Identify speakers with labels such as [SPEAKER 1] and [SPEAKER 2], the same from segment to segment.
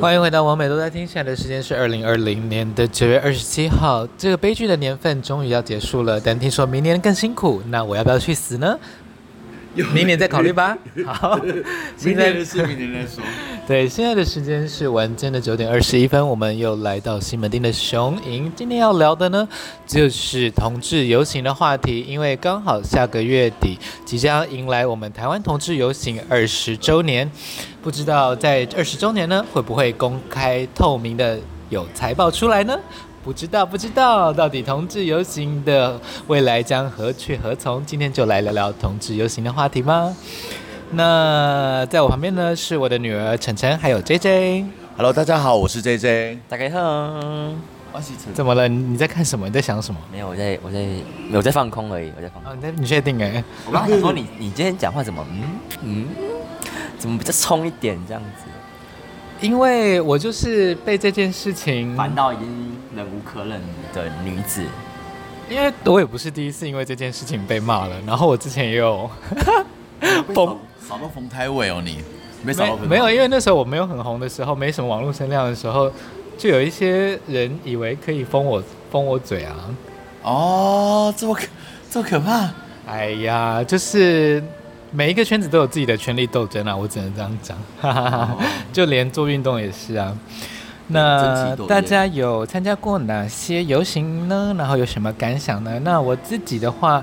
[SPEAKER 1] 欢迎回到王美都在听，现在的时间是二零二零年的九月二十七号。这个悲剧的年份终于要结束了，但听说明年更辛苦，那我要不要去死呢？明年再考虑吧。好，
[SPEAKER 2] 明
[SPEAKER 1] 现
[SPEAKER 2] 年的
[SPEAKER 1] 在
[SPEAKER 2] 事明年再说。
[SPEAKER 1] 对，现在的时间是晚间的九点二十一分，我们又来到西门町的雄营。今天要聊的呢，就是同志游行的话题，因为刚好下个月底即将迎来我们台湾同志游行二十周年，不知道在二十周年呢，会不会公开透明的有财报出来呢？不知道，不知道，到底同志游行的未来将何去何从？今天就来聊聊同志游行的话题吗？那在我旁边呢是我的女儿晨晨，还有 J J。
[SPEAKER 2] Hello，大家好，我是 JJ。
[SPEAKER 3] 大概哼，
[SPEAKER 2] 我是陈
[SPEAKER 1] 怎么了？你你在看什么？你在想什么？
[SPEAKER 3] 没有，我在我在没有我在放空而已，我在放空。
[SPEAKER 1] 哦，你在你确定哎？
[SPEAKER 3] 我刚刚想说你你今天讲话怎么嗯嗯，怎么比较冲一点这样子，
[SPEAKER 1] 因为我就是被这件事情
[SPEAKER 3] 烦到已经忍无可忍的女子。
[SPEAKER 1] 因为我也不是第一次因为这件事情被骂了，然后我之前也有
[SPEAKER 2] 冯，扫到冯胎位哦，你没扫到
[SPEAKER 1] 没没有，因为那时候我没有很红的时候，没什么网络声量的时候，就有一些人以为可以封我封我嘴啊。
[SPEAKER 2] 哦，这么可这么可怕。
[SPEAKER 1] 哎呀，就是每一个圈子都有自己的权力斗争啊，我只能这样讲，哈哈
[SPEAKER 2] 哦
[SPEAKER 1] 哈， 就连做运动也是啊。那
[SPEAKER 2] 争奇斗艳
[SPEAKER 1] 大家有参加过哪些游行呢？然后有什么感想呢？那我自己的话，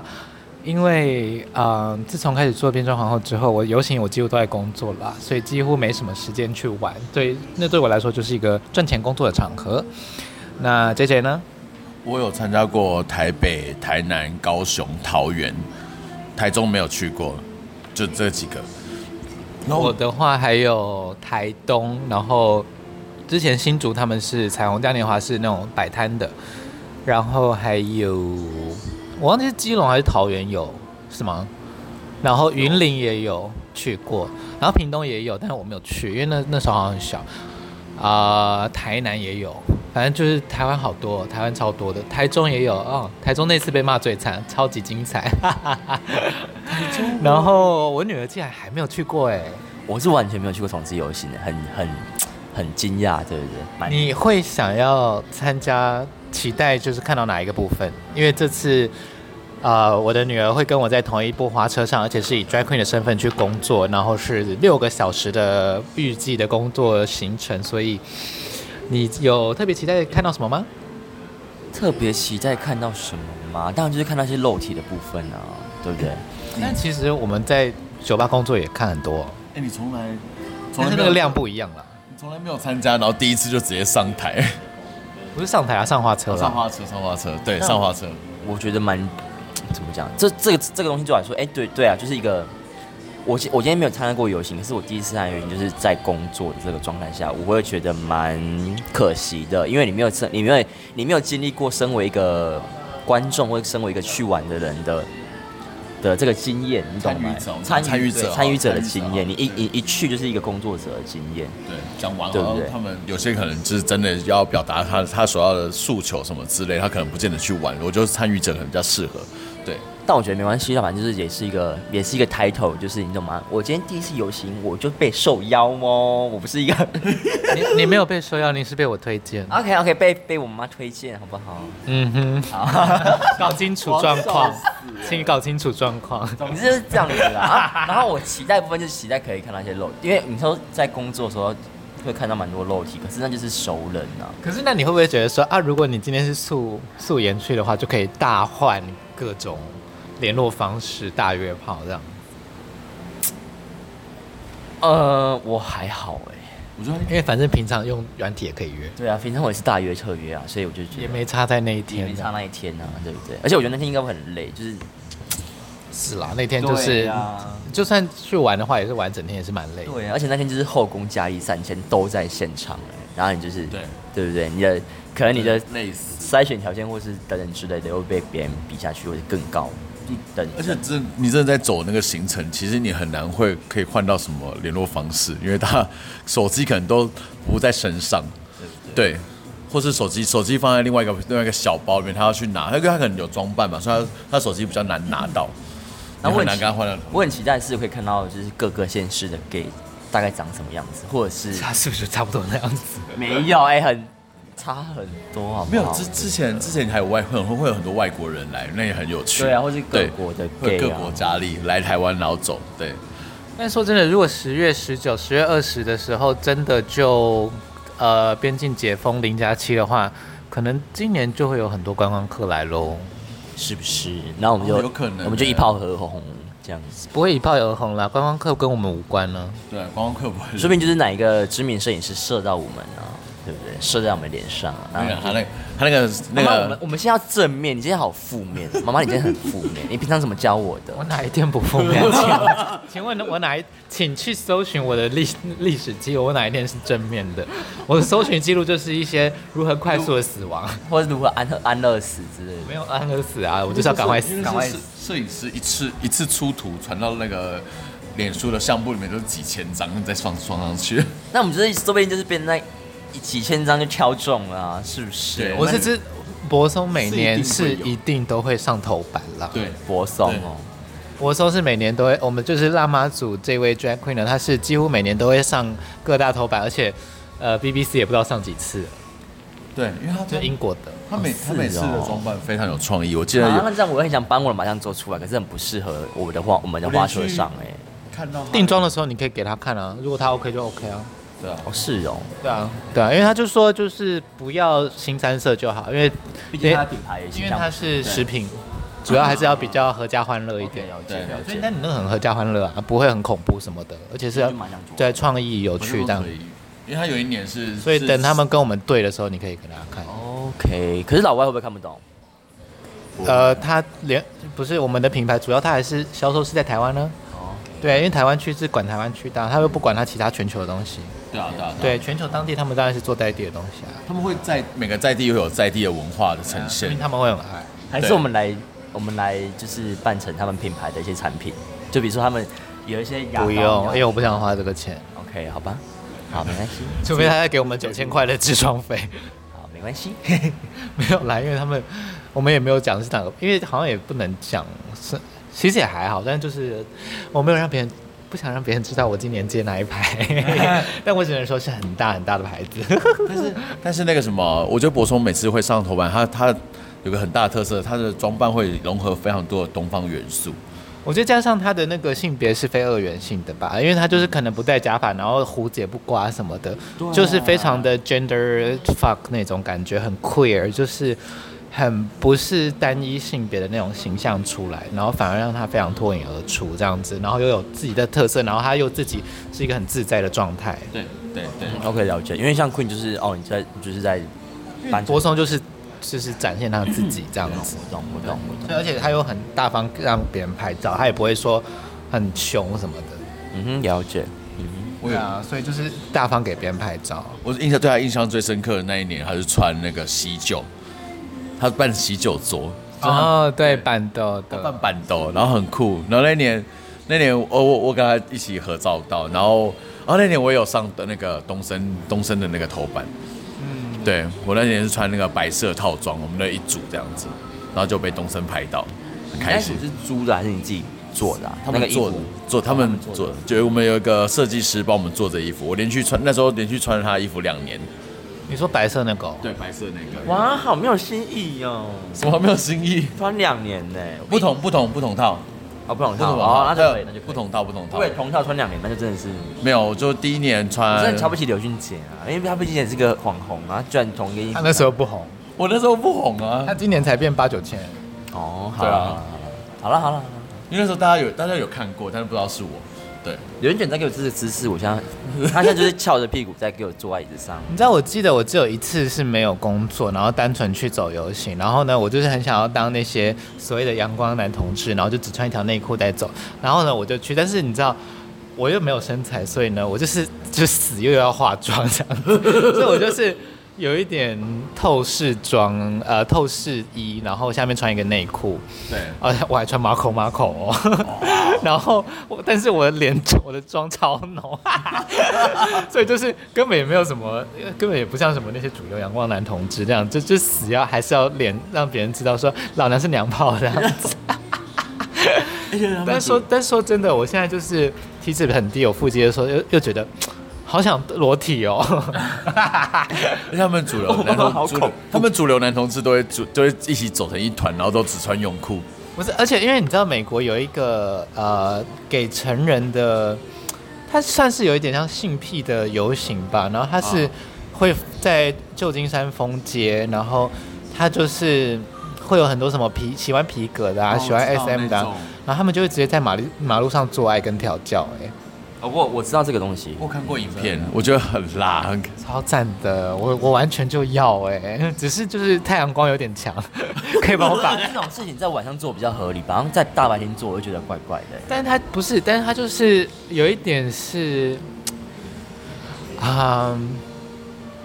[SPEAKER 1] 因为啊、呃自从开始做变装皇后之后，我游行我几乎都在工作啦，所以几乎没什么时间去玩。对，那对我来说就是一个赚钱工作的场合。那 J J 呢？
[SPEAKER 2] 我有参加过台北、台南、高雄、桃园、台中没有去过，就这几个。然后
[SPEAKER 1] 我的话还有台东，然后之前新竹他们是彩虹嘉年华是那种摆摊的，然后还有我忘记是基隆还是桃园有是吗？然后云林也有去过，然后屏东也有，但是我没有去，因为那那时候好像很小。啊、台南也有，反正就是台湾好多，台湾超多的，台中也有哦，台中那次被骂最惨，超级精彩。 然后我女儿竟然还没有去过哎，
[SPEAKER 3] 我是完全没有去过同志游行的，很很很惊讶，对不对？蛮
[SPEAKER 1] 你会想要参加？期待就是看到哪一个部分？因为这次，呃，我的女儿会跟我在同一部花车上，而且是以 drag queen 的身份去工作，然后是六个小时的预计的工作行程，所以你有特别期待看到什么吗？
[SPEAKER 3] 特别期待看到什么吗？当然就是看到一些肉体的部分啊，对不对？
[SPEAKER 2] 嗯
[SPEAKER 1] 但其实我们在酒吧工作也看很多，
[SPEAKER 2] 哎，你从来从
[SPEAKER 1] 但
[SPEAKER 2] 来
[SPEAKER 1] 是
[SPEAKER 2] 没
[SPEAKER 1] 那
[SPEAKER 2] 有
[SPEAKER 1] 个量，不一样了，
[SPEAKER 2] 你从来没有参加，然后第一次就直接上台，
[SPEAKER 1] 不是上台啊，上花车
[SPEAKER 2] 上
[SPEAKER 1] 啦。
[SPEAKER 2] 花车，上花车，对，
[SPEAKER 3] 那
[SPEAKER 2] 上花车。
[SPEAKER 3] 我觉得蛮怎么讲，这这个这个东西对我来说，哎、对对啊，就是一个我今我今天没有参加过游行，可是我第一次参加游行就是在工作的这个状态下，我会觉得蛮可惜的，因为你没有身，你没有你没有经历过身为一个观众或者身为一个去玩的人的。的这个经验，你懂吗？
[SPEAKER 2] 参与者参
[SPEAKER 3] 参与
[SPEAKER 2] 与者
[SPEAKER 3] 对参与者的
[SPEAKER 2] 参与者
[SPEAKER 3] 经验，你一你一去就是一个工作者的经验。
[SPEAKER 2] 对，讲完
[SPEAKER 3] 对
[SPEAKER 2] 了，
[SPEAKER 3] 不
[SPEAKER 2] 然后
[SPEAKER 3] 对
[SPEAKER 2] 他们有些可能就是真的要表达他他所要的诉求什么之类，他可能不见得去玩，我觉得参与者可能比较适合。对，
[SPEAKER 3] 但我觉得没关系，老板就是也是一个也是一个 title，就是你懂吗？我今天第一次游行，我就被受邀哦，我不是一个
[SPEAKER 1] 你你没有被收邀，你是被我推荐。
[SPEAKER 3] OK OK 被被我妈推荐好不好？
[SPEAKER 1] 嗯哼， 搞清楚状 况，请搞清楚状况。
[SPEAKER 3] 总之就是这样子啦。啊然后我期待部分就是期待可以看到一些肉，因为你说在工作的时候会看到蛮多肉体，可是那就是熟人啊。
[SPEAKER 1] 可是那你会不会觉得说啊，如果你今天是素素颜去的话，就可以大换各种联络方式，大约炮这样？
[SPEAKER 3] 呃，我还好哎、
[SPEAKER 2] 我觉得
[SPEAKER 1] 因为反正平常用软体也可以约，
[SPEAKER 3] 对啊，平常我也是大约特约啊，所以我就觉
[SPEAKER 1] 也
[SPEAKER 3] 得
[SPEAKER 1] 没差在那一
[SPEAKER 3] 也
[SPEAKER 1] 天
[SPEAKER 3] 没
[SPEAKER 1] 这
[SPEAKER 3] 差
[SPEAKER 1] 样。
[SPEAKER 3] 那一天啊，对不对？而且我觉得那天应该会很累，就是
[SPEAKER 1] 是啦，那天就是、
[SPEAKER 3] 啊，
[SPEAKER 1] 就算去玩的话，也是玩整天，也是蛮累的。
[SPEAKER 3] 对啊，而且那天就是后宫佳丽三千都在现场、欸，然后你就是
[SPEAKER 2] 对
[SPEAKER 3] 对不对？你的可能你的
[SPEAKER 2] 累死，
[SPEAKER 3] 筛选条件或是等等之类的，会被别人比下去，或者更高。等
[SPEAKER 2] 而且真你真的在走那个行程，其实你很难会可以换到什么联络方式，因为他手机可能都不在身上，对，或是手机手机放在另外一个另外一个小包里面，他要去拿，因为他可能有装扮嘛，所以他他手机比较难拿到，
[SPEAKER 3] 那
[SPEAKER 2] 你很
[SPEAKER 3] 我很
[SPEAKER 2] 难
[SPEAKER 3] 期
[SPEAKER 2] 跟他换到。
[SPEAKER 3] 我很期待是会看到就是各个县市的 gay 大概长什么样子，或者是
[SPEAKER 1] 他是不是差不多那样子？
[SPEAKER 3] 没有哎、很差很多，好不好？
[SPEAKER 2] 没有之之前之前还有外会有会有很多外国人来，那也很有趣。
[SPEAKER 3] 对啊，或是各
[SPEAKER 2] 对
[SPEAKER 3] 国的 gay
[SPEAKER 2] 会
[SPEAKER 3] 啊
[SPEAKER 2] 有各国佳丽来台湾然后走，对，
[SPEAKER 1] 但说真的，如果十月十九、十月二十的时候真的就呃边境解封零加七的话，可能今年就会有很多观光客来喽，
[SPEAKER 3] 是不是？然后我们就、
[SPEAKER 2] 哦有可能
[SPEAKER 3] 我们就一炮而红这样子，
[SPEAKER 1] 不会一炮而红啦。观光客跟我们无关呢、
[SPEAKER 3] 啊
[SPEAKER 2] 对，观光客不会。
[SPEAKER 3] 说不定就是哪一个知名摄影师射到我们啊，对不对？射在我们脸上、啊，然
[SPEAKER 2] 那个
[SPEAKER 3] 后就
[SPEAKER 2] 他那个他那个那
[SPEAKER 3] 妈妈我们
[SPEAKER 2] 个
[SPEAKER 3] 我们现在要正面，你今天好负面，妈妈你今天很负面，你平常怎么教我的
[SPEAKER 1] 我？哪一天不负面？ 请请问我哪一？请去搜寻我的历历史记录，我哪一天是正面的？我的搜寻记录就是一些如何快速的死 亡，
[SPEAKER 3] 或者如何安安乐死之类的？
[SPEAKER 1] 没有安乐死啊，我就是要赶快死
[SPEAKER 2] 因为。
[SPEAKER 3] 赶快
[SPEAKER 2] 是摄摄影师一次一次出图传到那个脸书的相簿里面都是几千张，再放放上 去。
[SPEAKER 3] 那我们就是说不定就是变成那一几千张就敲中了、啊，是不是
[SPEAKER 2] 对？
[SPEAKER 1] 我是知柏松每年
[SPEAKER 2] 是
[SPEAKER 1] 是
[SPEAKER 2] 一定会有
[SPEAKER 1] 一定都会上头版啦。
[SPEAKER 2] 对，
[SPEAKER 3] 博松哦，
[SPEAKER 1] 柏松是每年都会，我们就是辣妈组这位 drag queen 呢，她是几乎每年都会上各大头版，而且呃 BBC 也不知道上几次了，
[SPEAKER 2] 对，因为他
[SPEAKER 1] 就英国的。
[SPEAKER 2] 他每
[SPEAKER 3] 是
[SPEAKER 2] 他每次的
[SPEAKER 3] 哦
[SPEAKER 2] 装扮非常有创意，我记得
[SPEAKER 3] 啊，
[SPEAKER 2] 有
[SPEAKER 3] 那这样我很想帮我的麻将桌出来，可是很不适合我们的话，我们的
[SPEAKER 2] 我连
[SPEAKER 3] 花
[SPEAKER 2] 续
[SPEAKER 3] 车上哎、
[SPEAKER 2] 看到他
[SPEAKER 1] 定妆的时候你可以给她看啊，如果她 OK 就 OK 啊。
[SPEAKER 2] 对啊，
[SPEAKER 3] 哦是哦，
[SPEAKER 1] 对啊，对啊，因为他就说就是不要新三色就好，因为
[SPEAKER 3] 毕竟它的品牌也
[SPEAKER 1] 因
[SPEAKER 3] 形
[SPEAKER 1] 为
[SPEAKER 3] 象
[SPEAKER 1] 它是食品，主要还是要比较合家欢乐一点。
[SPEAKER 3] 了解
[SPEAKER 2] 对
[SPEAKER 3] 了
[SPEAKER 1] 所以
[SPEAKER 3] 解
[SPEAKER 1] 那。你那个很合家欢乐啊，不会很恐怖什么的，而且是要
[SPEAKER 3] 就是麻将桌
[SPEAKER 1] 对创意有
[SPEAKER 2] 我
[SPEAKER 1] 趣这样。
[SPEAKER 2] 因为他有一年是，
[SPEAKER 1] 所以
[SPEAKER 2] 是
[SPEAKER 1] 等他们跟我们对的时候，你可以给大家看。
[SPEAKER 3] OK，可是老外会不会看不懂？
[SPEAKER 1] 呃，他连不是我们的品牌，主要他还是销售是在台湾呢。
[SPEAKER 3] 哦，
[SPEAKER 1] 对，啊因为台湾区是管台湾区的啊，他又不管他其他全球的东西。
[SPEAKER 2] 对啊对啊，
[SPEAKER 1] 对，全球当地他们当然是做在地的东西啊，
[SPEAKER 2] 他们会在每个在地会有在地的文化的呈
[SPEAKER 1] 因
[SPEAKER 2] 现
[SPEAKER 1] 为，他们会很爱。
[SPEAKER 3] 还是
[SPEAKER 2] 对
[SPEAKER 3] 我们来，我们来就是扮成他们品牌的一些产品，就比如说他们有一些牙膏
[SPEAKER 1] 不用，因为我不想
[SPEAKER 3] 花。
[SPEAKER 1] 花这个钱，
[SPEAKER 3] OK，好吧，哎好，没关系，
[SPEAKER 1] 除非他再给我们九千块的置装费。
[SPEAKER 3] 好，没关 系。
[SPEAKER 1] 没有来，因为他们我们也没有讲是哪个，因为好像也不能讲是，其实也还好，但就是我没有让别人不想让别人知道我今年接哪一排，但我只能说是很大很大的牌子。
[SPEAKER 2] 但是但是那个什么，我觉得柏松每次会上头版，他他有个很大的特色，他的装扮会融合非常多的东方元素。
[SPEAKER 1] 我觉得加上他的那个性别是非二元性的吧，因为他就是可能不戴假发，然后胡子也不刮什么的，
[SPEAKER 3] 对啊
[SPEAKER 1] 就是非常的 gender fuck 那种感觉，很 queer，就是很不是单一性别的那种形象出来，然后反而让他非常脱颖而出这样子，然后又有自己的特色，然后他又自己是一个很自在的状态。
[SPEAKER 2] 对对对，
[SPEAKER 3] OK，了解。因为像 Queen 就是哦，你在你就是在扮成
[SPEAKER 1] 柏松就是就是展现他自己这样子。
[SPEAKER 3] 我懂，我懂，我
[SPEAKER 1] 对
[SPEAKER 3] 懂。
[SPEAKER 1] 而且他又很大方，让别人拍照，他也不会说很凶什么的。
[SPEAKER 3] 嗯哼，了解。
[SPEAKER 2] 我
[SPEAKER 1] 对
[SPEAKER 2] 有
[SPEAKER 1] 啊，所以就是大方给别人拍照。
[SPEAKER 2] 我印象对他印象最深刻的那一年，他是穿那个喜酒，他办喜酒桌，
[SPEAKER 1] 哦，对，哦板豆
[SPEAKER 2] 他办
[SPEAKER 1] 的，
[SPEAKER 2] 板斗，然后很酷。然后那一年那年我我我跟他一起合照到，然后然后那年我也有上的那个东升东升的那个头版，嗯，对我那年是穿那个白色套装，我们那一组这样子，然后就被东升拍到，很开心
[SPEAKER 3] 你。是租的还是你自己做的、啊？
[SPEAKER 2] 他们
[SPEAKER 3] 那个衣
[SPEAKER 2] 做
[SPEAKER 3] 服
[SPEAKER 2] 的，做他们做的，就是我们有一个设计师帮我们做这衣服，我连续穿那时候连续穿了他的衣服两年，
[SPEAKER 1] 你说白色那个哦？
[SPEAKER 2] 对白色那个，
[SPEAKER 3] 哇，好没有新意哦，
[SPEAKER 2] 什么没有新意，
[SPEAKER 3] 穿两年呢，
[SPEAKER 2] 不同不同不同套，
[SPEAKER 3] 哦，不同
[SPEAKER 2] 不
[SPEAKER 3] 套
[SPEAKER 2] 同
[SPEAKER 3] 哦，那
[SPEAKER 2] 套，
[SPEAKER 3] 就可以，那就可以
[SPEAKER 2] 不。同套不同套，
[SPEAKER 3] 对，同套穿两年，那就真的是，
[SPEAKER 2] 没有，我就第一年
[SPEAKER 3] 我
[SPEAKER 2] 穿，
[SPEAKER 3] 真的瞧不起刘俊杰啊，因为他毕竟也是个网红啊，居然同一个衣服
[SPEAKER 1] 他。那时候不红，
[SPEAKER 2] 我那时候不红啊
[SPEAKER 1] 他，今年才变八九千。
[SPEAKER 3] 哦，好
[SPEAKER 2] 对
[SPEAKER 3] 了
[SPEAKER 2] 啊
[SPEAKER 3] 好了好了好了好了，
[SPEAKER 2] 因为那时候大家有大家有看过，但是不知道是我。对，
[SPEAKER 3] 刘俊杰在给我这个姿势，我现在 他现在就是翘着屁股在给我坐在椅子上。
[SPEAKER 1] 你知道，我记得我只有一次是没有工作，然后单纯去走游行。然后呢，我就是很想要当那些所谓的阳光男同志，然后就只穿一条内裤在走。然后呢，我就去，但是你知道。我又没有身材，所以呢，我就是就死又要化妆这样子， 所以我就是有一点透视装，呃，透视衣，然后下面穿一个内裤，
[SPEAKER 2] 对，
[SPEAKER 1] 而且我还穿马口马口哦， 然后我但是我的脸我的妆超浓，所以就是根本也没有什么，根本也不像什么那些主流阳光男同志这样，就就死要还是要脸让别人知道说老 娘是娘炮这样子。但说但说真的，我现在就是体脂很低有腹肌的时候，又又觉得好想裸体哦。
[SPEAKER 2] 而且他们主 流男
[SPEAKER 3] 好
[SPEAKER 2] 同主
[SPEAKER 3] 恐怖
[SPEAKER 2] 流，他们主流男同志都会主都会一起走成一团，然后都只穿泳裤。
[SPEAKER 1] 不是，而且因为你知道美国有一个呃给成人的，它算是有一点像性癖的游行吧，然后它是
[SPEAKER 2] 啊
[SPEAKER 1] 会在旧金山风街，然后它就是会有很多什么皮喜欢皮革的啊，
[SPEAKER 2] 哦
[SPEAKER 1] 喜欢 SM 的啊、然后他们就会直接在马路马路上做爱跟调教、哎，
[SPEAKER 3] 哦，我我知道这个东西，
[SPEAKER 2] 我看过影片，我觉得很辣，很
[SPEAKER 1] 超赞的，我我完全就要哎、只是就是太阳光有点强， 可以帮我把
[SPEAKER 3] 这种事情在晚上做比较合理吧，然后在大白天做，我就觉得怪怪的。
[SPEAKER 1] 但他不是，但是他就是有一点是，啊、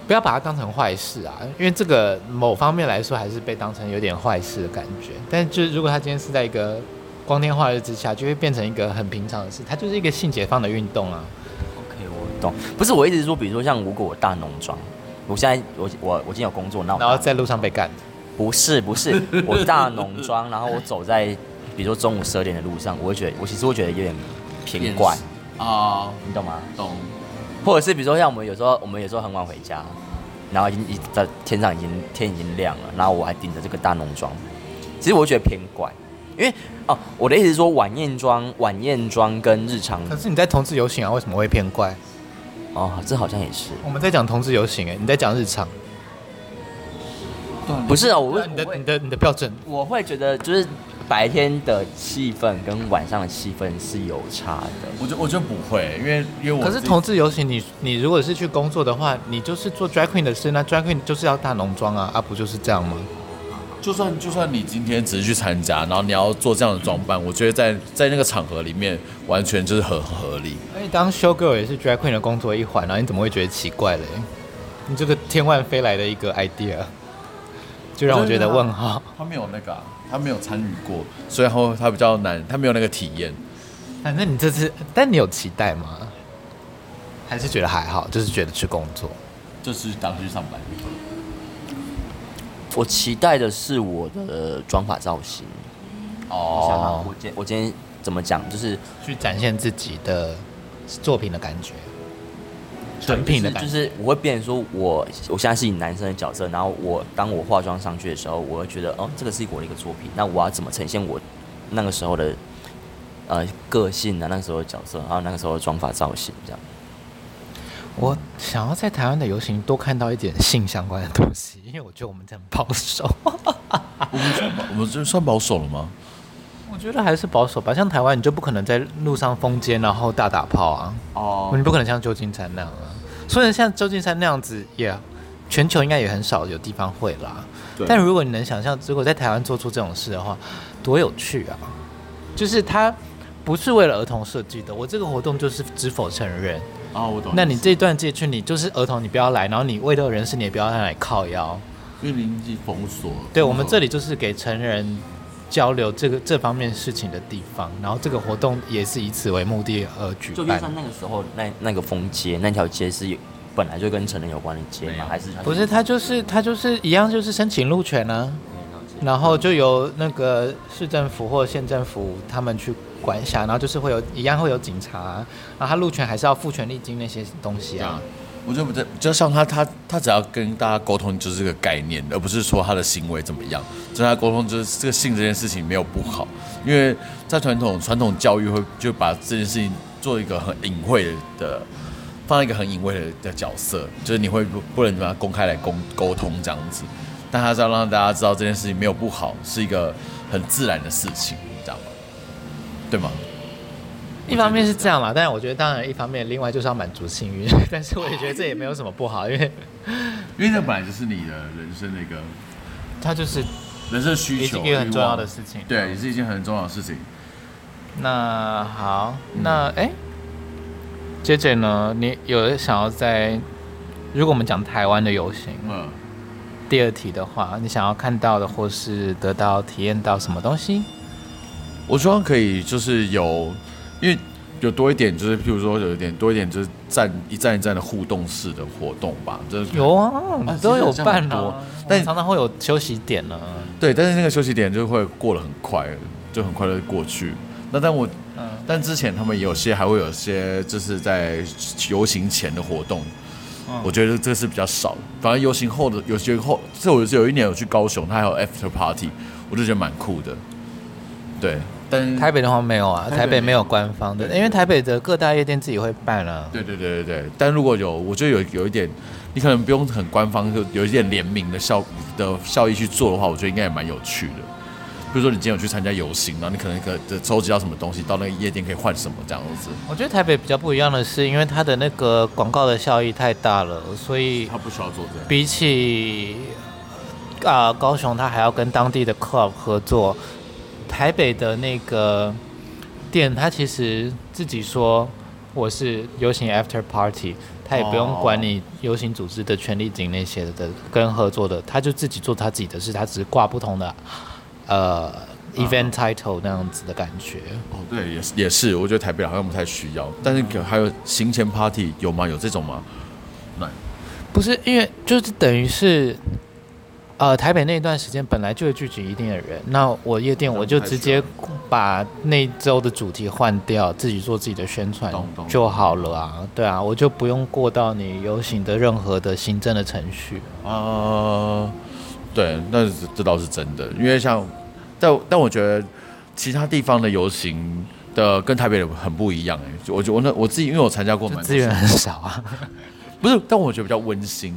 [SPEAKER 1] 不要把它当成坏事啊，因为这个某方面来说还是被当成有点坏事的感觉。但就是如果他今天是在一个光天化日之下，就会变成一个很平常的事，它就是一个性解放的运动啊。
[SPEAKER 3] OK，我懂。不是，我一直说，比如说像如果我大浓妆，我现在我我我今天有工作，那我
[SPEAKER 1] 然后在路上被干，
[SPEAKER 3] 不是不 是我大浓妆，然后我走在比如说中午十二点的路上，我会觉得我其实会觉得有点偏怪，
[SPEAKER 2] 啊，
[SPEAKER 3] 你懂吗？
[SPEAKER 2] 懂。
[SPEAKER 3] 或者是比如说像我们有时候我们有时候很晚回家，然后已经已在天上已经天已经亮了，然后我还顶着这个大浓妆，其实我会觉得偏怪，因为哦我的意思是说晚宴妆晚宴妆跟日常
[SPEAKER 1] 可是你在同志游行啊，为什么会偏怪？
[SPEAKER 3] 哦这好像也是
[SPEAKER 1] 我们在讲同志游行、哎，你在讲日常，
[SPEAKER 3] 不是啊、我会
[SPEAKER 1] 你
[SPEAKER 3] 我
[SPEAKER 1] 的
[SPEAKER 3] 会
[SPEAKER 1] 你的你的标准
[SPEAKER 3] 我会觉得就是白天的气氛跟晚上的气氛是有差的。
[SPEAKER 2] 我觉我觉得不会，因为因为我
[SPEAKER 1] 可是
[SPEAKER 2] 自己
[SPEAKER 1] 同志游行你，你如果是去工作的话，你就是做 drag queen 的事，那 drag queen 就是要大浓妆啊，啊不就是这样吗？
[SPEAKER 2] 就算就算你今天只是去参加，然后你要做这样的装扮，我觉得在在那个场合里面完全就是很合理。
[SPEAKER 1] 而且哎当 show girl 也是 drag queen 的工作一环啊，你怎么会觉得奇怪嘞？你这个天外飞来的一个 idea，就让我觉得问号。
[SPEAKER 2] 他没有那个啊、他没有参与过，所以他会他比较难，他没有那个体验。
[SPEAKER 1] 反正你这次，但你有期待吗？还是觉得还好，就是觉得去工作。
[SPEAKER 2] 就是当去上班，
[SPEAKER 3] 我期待的是我的妆发造型。
[SPEAKER 2] 哦，
[SPEAKER 3] 我今我今天怎么讲？就是
[SPEAKER 1] 去展现自己的作品的感觉，成品的感
[SPEAKER 3] 就
[SPEAKER 1] 觉。
[SPEAKER 3] 是我会变成说我我现在是以男生的角色，然后我当我化妆上去的时候，我会觉得哦，这个是我的一个作品，那我要怎么呈现我那个时候的呃个性啊，那个时候的角色，还有那个时候的妆发造型这样。
[SPEAKER 1] 我想要在台湾的游行多看到一点性相关的东西，因为我觉得我们这很保守。
[SPEAKER 2] 我们算保我们这算保守了吗？
[SPEAKER 1] 我觉得还是保守吧，像台湾你就不可能在路上封街然后大打炮啊，
[SPEAKER 2] 哦
[SPEAKER 1] 你，不可能像旧金山那样啊。虽然像旧金山那样子，也、全球应该也很少有地方会啦。
[SPEAKER 2] 对
[SPEAKER 1] 但如果你能想象，如果在台湾做出这种事的话，多有趣啊！就是它不是为了儿童设计的，我这个活动就是只否成人。
[SPEAKER 2] 哦，我懂
[SPEAKER 1] 那你这段街区，你就是儿童，你不要来，然后你未乐人士，你也不要来靠腰。
[SPEAKER 2] 因为临近封锁，
[SPEAKER 1] 对，我
[SPEAKER 2] 哦
[SPEAKER 1] 们这里就是给成人交流这个这方面事情的地方，然后这个活动也是以此为目的而举
[SPEAKER 3] 就
[SPEAKER 1] 办
[SPEAKER 3] 算。那个时候那那个风街那条街是有本来就跟成人有关的街
[SPEAKER 2] 没
[SPEAKER 3] 吗？
[SPEAKER 2] 有
[SPEAKER 3] 还是
[SPEAKER 1] 不是，他就是他就是一样，就是申请路权啊，然后就由那个市政府或县政府他们去管辖，然后就是会有一样会有警察、啊然后他路权还是要付权利金那些东西啊。
[SPEAKER 2] 我觉得不对，就像他他他只要跟大家沟通就是这个概念，而不是说他的行为怎么样。跟他沟通就是这个性这件事情没有不好，因为在传统传统教育会就把这件事情做一个很隐晦的，放在一个很隐晦的的角色，就是你会不不能把它公开来沟沟通这样子，但他是要让大家知道这件事情没有不好，是一个很自然的事情，你知道吗？对吗？
[SPEAKER 1] 一方面是这样嘛，但是我觉得当然一方面，另外就是要满足性欲， 但是我也觉得这也没有什么不好，因为
[SPEAKER 2] 因为那本来就是你的人生的一个
[SPEAKER 1] 它就是
[SPEAKER 2] 人生需
[SPEAKER 1] 一
[SPEAKER 2] 求，
[SPEAKER 1] 个一个很重要的
[SPEAKER 2] 欲望
[SPEAKER 1] 事情。
[SPEAKER 2] 对，也是一件很重要的事情。
[SPEAKER 1] 那好，
[SPEAKER 2] 嗯
[SPEAKER 1] 那哎、姐姐呢？你有想要在如果我们讲台湾的游行
[SPEAKER 2] 嗯，
[SPEAKER 1] 第二题的话，你想要看到的或是得到体验到什么东西？
[SPEAKER 2] 我希望可以就是有，因为有多一点，就是譬如说有一点多一点，就是站一站一站的互动式的活动吧。就是
[SPEAKER 1] 有啊，我们都有办
[SPEAKER 2] 嗯其实好像很多
[SPEAKER 1] 啊，
[SPEAKER 2] 但嗯
[SPEAKER 1] 但常常会有休息点呢、
[SPEAKER 2] 对，但是那个休息点就会过得很快，就很快的过去。那但我
[SPEAKER 1] 嗯，
[SPEAKER 2] 但之前他们有些还会有些就是在游行前的活动，
[SPEAKER 1] 嗯
[SPEAKER 2] 我觉得这个是比较少的。反正游行后的有些后，这我有一年有去高雄，它还有 after party，我就觉得蛮酷的。对，但
[SPEAKER 1] 台北的话没有啊，
[SPEAKER 2] 台北
[SPEAKER 1] 台北没有官方的，
[SPEAKER 2] 对嗯
[SPEAKER 1] 因为台北的各大夜店自己会办啊。
[SPEAKER 2] 对对对对对，但如果有，我觉得有有一点，你可能不用很官方，就有一点联名的效的效益去做的话，我觉得应该也蛮有趣的。比如说你今天有去参加游行，然后你可能可收集到什么东西，到那个夜店可以换什么这样子。
[SPEAKER 1] 我觉得台北比较不一样的是，因为它的那个广告的效益太大了，所以
[SPEAKER 2] 他不需要做这样。
[SPEAKER 1] 比起啊、高雄，它还要跟当地的 club 合作。台北的那个店，它其实自己说我是游行 after party，它也不用
[SPEAKER 2] 哦
[SPEAKER 1] 管你游行组织的权利金那些的跟合作的，他就自己做他自己的事，他只是挂不同的呃 event title 那样子的感觉。
[SPEAKER 2] 哦，对，也是也是，我觉得台北好像不太需要。但是可还有行前 party 有吗？有这种吗？
[SPEAKER 1] 不是因为就是等于是，呃，台北那一段时间本来就会聚集一定的人，那我夜店
[SPEAKER 2] 那
[SPEAKER 1] 我
[SPEAKER 2] 不
[SPEAKER 1] 就
[SPEAKER 2] 太
[SPEAKER 1] 直
[SPEAKER 2] 需要
[SPEAKER 1] 接把那一周的主题换掉，自己做自己的宣传
[SPEAKER 2] 懂懂
[SPEAKER 1] 就好了啊，对啊，我就不用过到你游行的任何的行政的程序。
[SPEAKER 2] 啊、对，那是这倒是真的，因为像，但但我觉得其他地方的游行的跟台北的很不一样哎、就我觉得我那我自己因为我参加过
[SPEAKER 1] 就
[SPEAKER 2] 蛮多
[SPEAKER 1] 资源很少啊，
[SPEAKER 2] 不是，但我觉得比较温馨。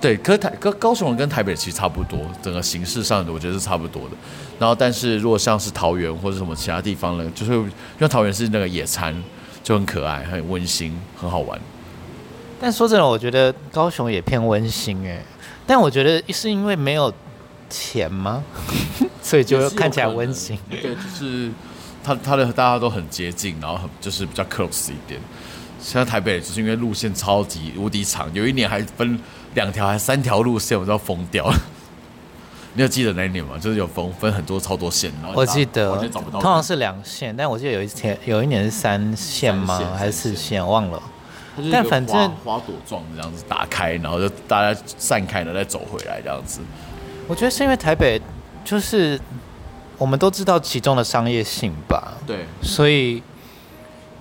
[SPEAKER 2] 对，可是台高高雄人跟台北其实差不多，整个形式上的我觉得是差不多的。然后，但是如果像是桃园或者什么其他地方呢，就是因为桃园是那个野餐，就很可爱、很温馨、很好玩。
[SPEAKER 1] 但说真的，我觉得高雄也偏温馨哎、但我觉得是因为没有 钱吗？所以就看起来温馨。
[SPEAKER 2] 对，就是它它的大家都很接近，然后很就是比较 close 一点。现在台北就是因为路线超级无敌长，有一年还分两条还三条路线，我都要疯掉了。你有记得那一年吗？就是有分分很多超多线，然后
[SPEAKER 1] 我记
[SPEAKER 2] 我
[SPEAKER 1] 得
[SPEAKER 2] 完全找不到
[SPEAKER 1] 通常是两线，但我记得有一天有一年是三线吗？
[SPEAKER 2] 三线
[SPEAKER 1] 还是四线？忘了。
[SPEAKER 2] 它就是一个
[SPEAKER 1] 但反正
[SPEAKER 2] 花花朵状的这样子打开，然后就大家散开了再走回来这样子。
[SPEAKER 1] 我觉得是因为台北就是我们都知道其中的商业性吧，
[SPEAKER 2] 对，
[SPEAKER 1] 所以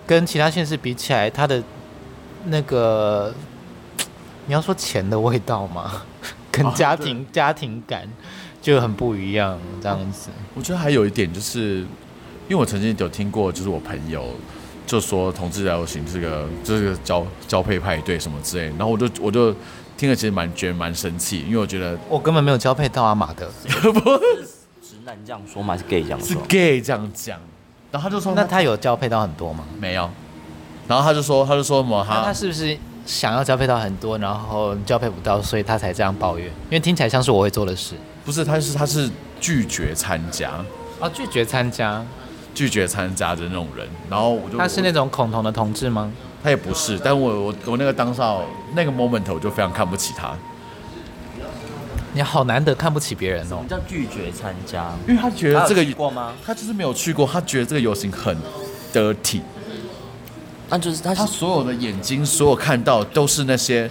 [SPEAKER 1] 跟其他县市比起来，它的那个你要说钱的味道嘛，跟
[SPEAKER 2] 啊
[SPEAKER 1] 家庭、家庭感就很不一样，这样子。
[SPEAKER 2] 我觉得还有一点就是，因为我曾经有听过，就是我朋友就说同志游行这个这个交交配派对什么之类，然后我就我就听了，其实蛮觉得蛮生气，因为我觉得
[SPEAKER 1] 我根本没有交配到阿玛的，
[SPEAKER 3] 直男这样说吗？还是 gay 这样
[SPEAKER 2] 是
[SPEAKER 3] 说？
[SPEAKER 2] gay 这样讲，然后他就说
[SPEAKER 1] 那他有交配到很多吗？
[SPEAKER 2] 没有，然后他就说他就说什么
[SPEAKER 1] 那他
[SPEAKER 2] 他
[SPEAKER 1] 是不是想要交配到很多，然后交配不到，所以他才这样抱怨？因为听起来像是我会做的事
[SPEAKER 2] 不是他是他是拒绝参加
[SPEAKER 1] 啊，拒绝参加。
[SPEAKER 2] 拒绝参加的那种人，然后我就
[SPEAKER 1] 他是那种恐同的同志吗？
[SPEAKER 2] 他也不是，但我我我那个当下那个 moment 我就非常看不起他，
[SPEAKER 1] 你好难得看不起别人哦
[SPEAKER 3] 什么。叫拒绝参加？
[SPEAKER 2] 因为他觉得这个
[SPEAKER 3] 他有去过吗？
[SPEAKER 2] 他就是没有去过，他觉得这个游行很 dirty，
[SPEAKER 3] 嗯那啊就是他
[SPEAKER 2] 他
[SPEAKER 3] 是
[SPEAKER 2] 所有的眼睛，所有看到都是那些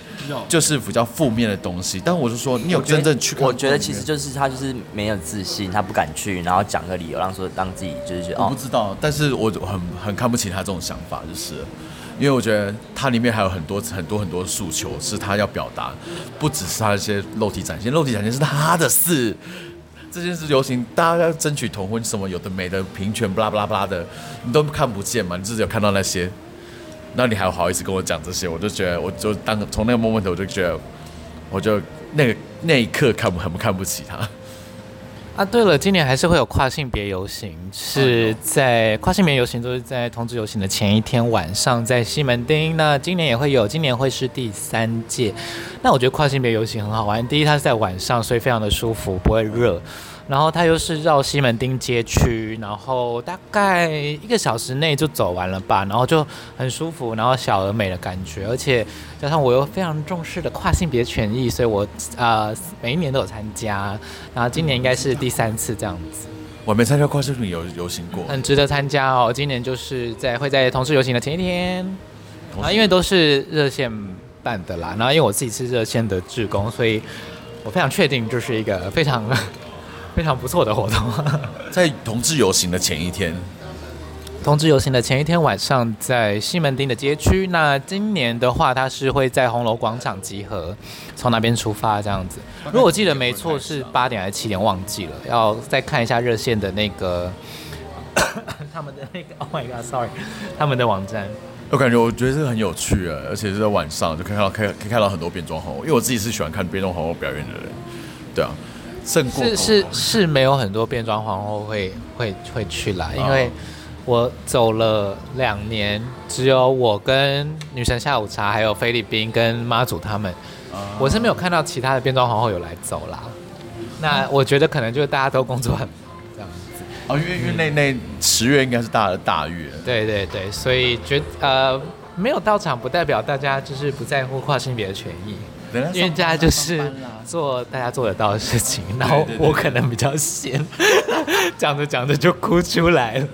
[SPEAKER 2] 就是比较负面的东西。但我就说，你有真正去看
[SPEAKER 3] 我觉得其实就是他就是没有自信，他不敢去，然后讲个理由，让说让自己就是觉得
[SPEAKER 2] 我
[SPEAKER 3] 哦
[SPEAKER 2] 不，知道，但是我很很看不起他这种想法，就是了因为我觉得他里面还有很多很多很多诉求是他要表达，不只是他一些肉体展现，肉体展现是他的事。这件事流行，大家要争取同婚什么有的没的平权，巴拉巴拉巴拉的，你都看不见嘛？你只有看到那些，那你还好意思跟我讲这些？我就觉得，我就当从那个 moment 我就觉得，我就那个那一刻看不很看不起他。
[SPEAKER 1] 啊，对了，今年还是会有跨性别游行，是在跨性别游行都是在同志游行的前一天晚上，在西门町。那今年也会有，今年会是第三届。那我觉得跨性别游行很好玩，第一它是在晚上，所以非常的舒服，不会热。然后它又是绕西门町街区，然后大概一个小时内就走完了吧，然后就很舒服，然后小而美的感觉，而且加上我又非常重视的跨性别权益，所以我呃每一年都有参加，然后今年应该是第三次这样子，
[SPEAKER 2] 我没参加跨性别游游行过，
[SPEAKER 1] 很值得参加哦。今年就是在会在同事游行的前一天，
[SPEAKER 2] 同
[SPEAKER 1] 啊，
[SPEAKER 2] 时
[SPEAKER 1] 因为都是热线办的啦，然后因为我自己是热线的志工，所以我非常确定这是一个非 常非常不错的活动。
[SPEAKER 2] 在同志游行的前一天，
[SPEAKER 1] 同志游行的前一天晚上，在西门町的街区。那今年的话，它是会在红楼广场集合，从那边出发这样子。如果我记得没错，是八点还是七点，忘记了，要再看一下热线的那个 他们的那个。Oh my god，sorry，他们的网站。
[SPEAKER 2] 我感觉我觉得这个很有趣啊，而且是在晚上就可以看到可以可以看到很多变装皇后，因为我自己是喜欢看变装皇后表演的人，对啊，胜过
[SPEAKER 1] 是是是没有很多变装皇后会会会去啦，因为我走了两年，只有我跟女神下午茶，还有菲律宾跟妈祖他们，我是没有看到其他的变装皇后有来走啦。那我觉得可能就是大家都工作很忙这样子，
[SPEAKER 2] 啊，因为因为那那十月应该是大的大月，
[SPEAKER 1] 对对对，所以觉呃没有到场不代表大家就是不在乎跨性别的权益。
[SPEAKER 2] 人家
[SPEAKER 1] 因为
[SPEAKER 2] 上班
[SPEAKER 1] 大家就是
[SPEAKER 2] 上班啦
[SPEAKER 1] 做大家做得到的事情，然后
[SPEAKER 2] 对对
[SPEAKER 1] 我可能比较闲，讲着讲着就哭出来了。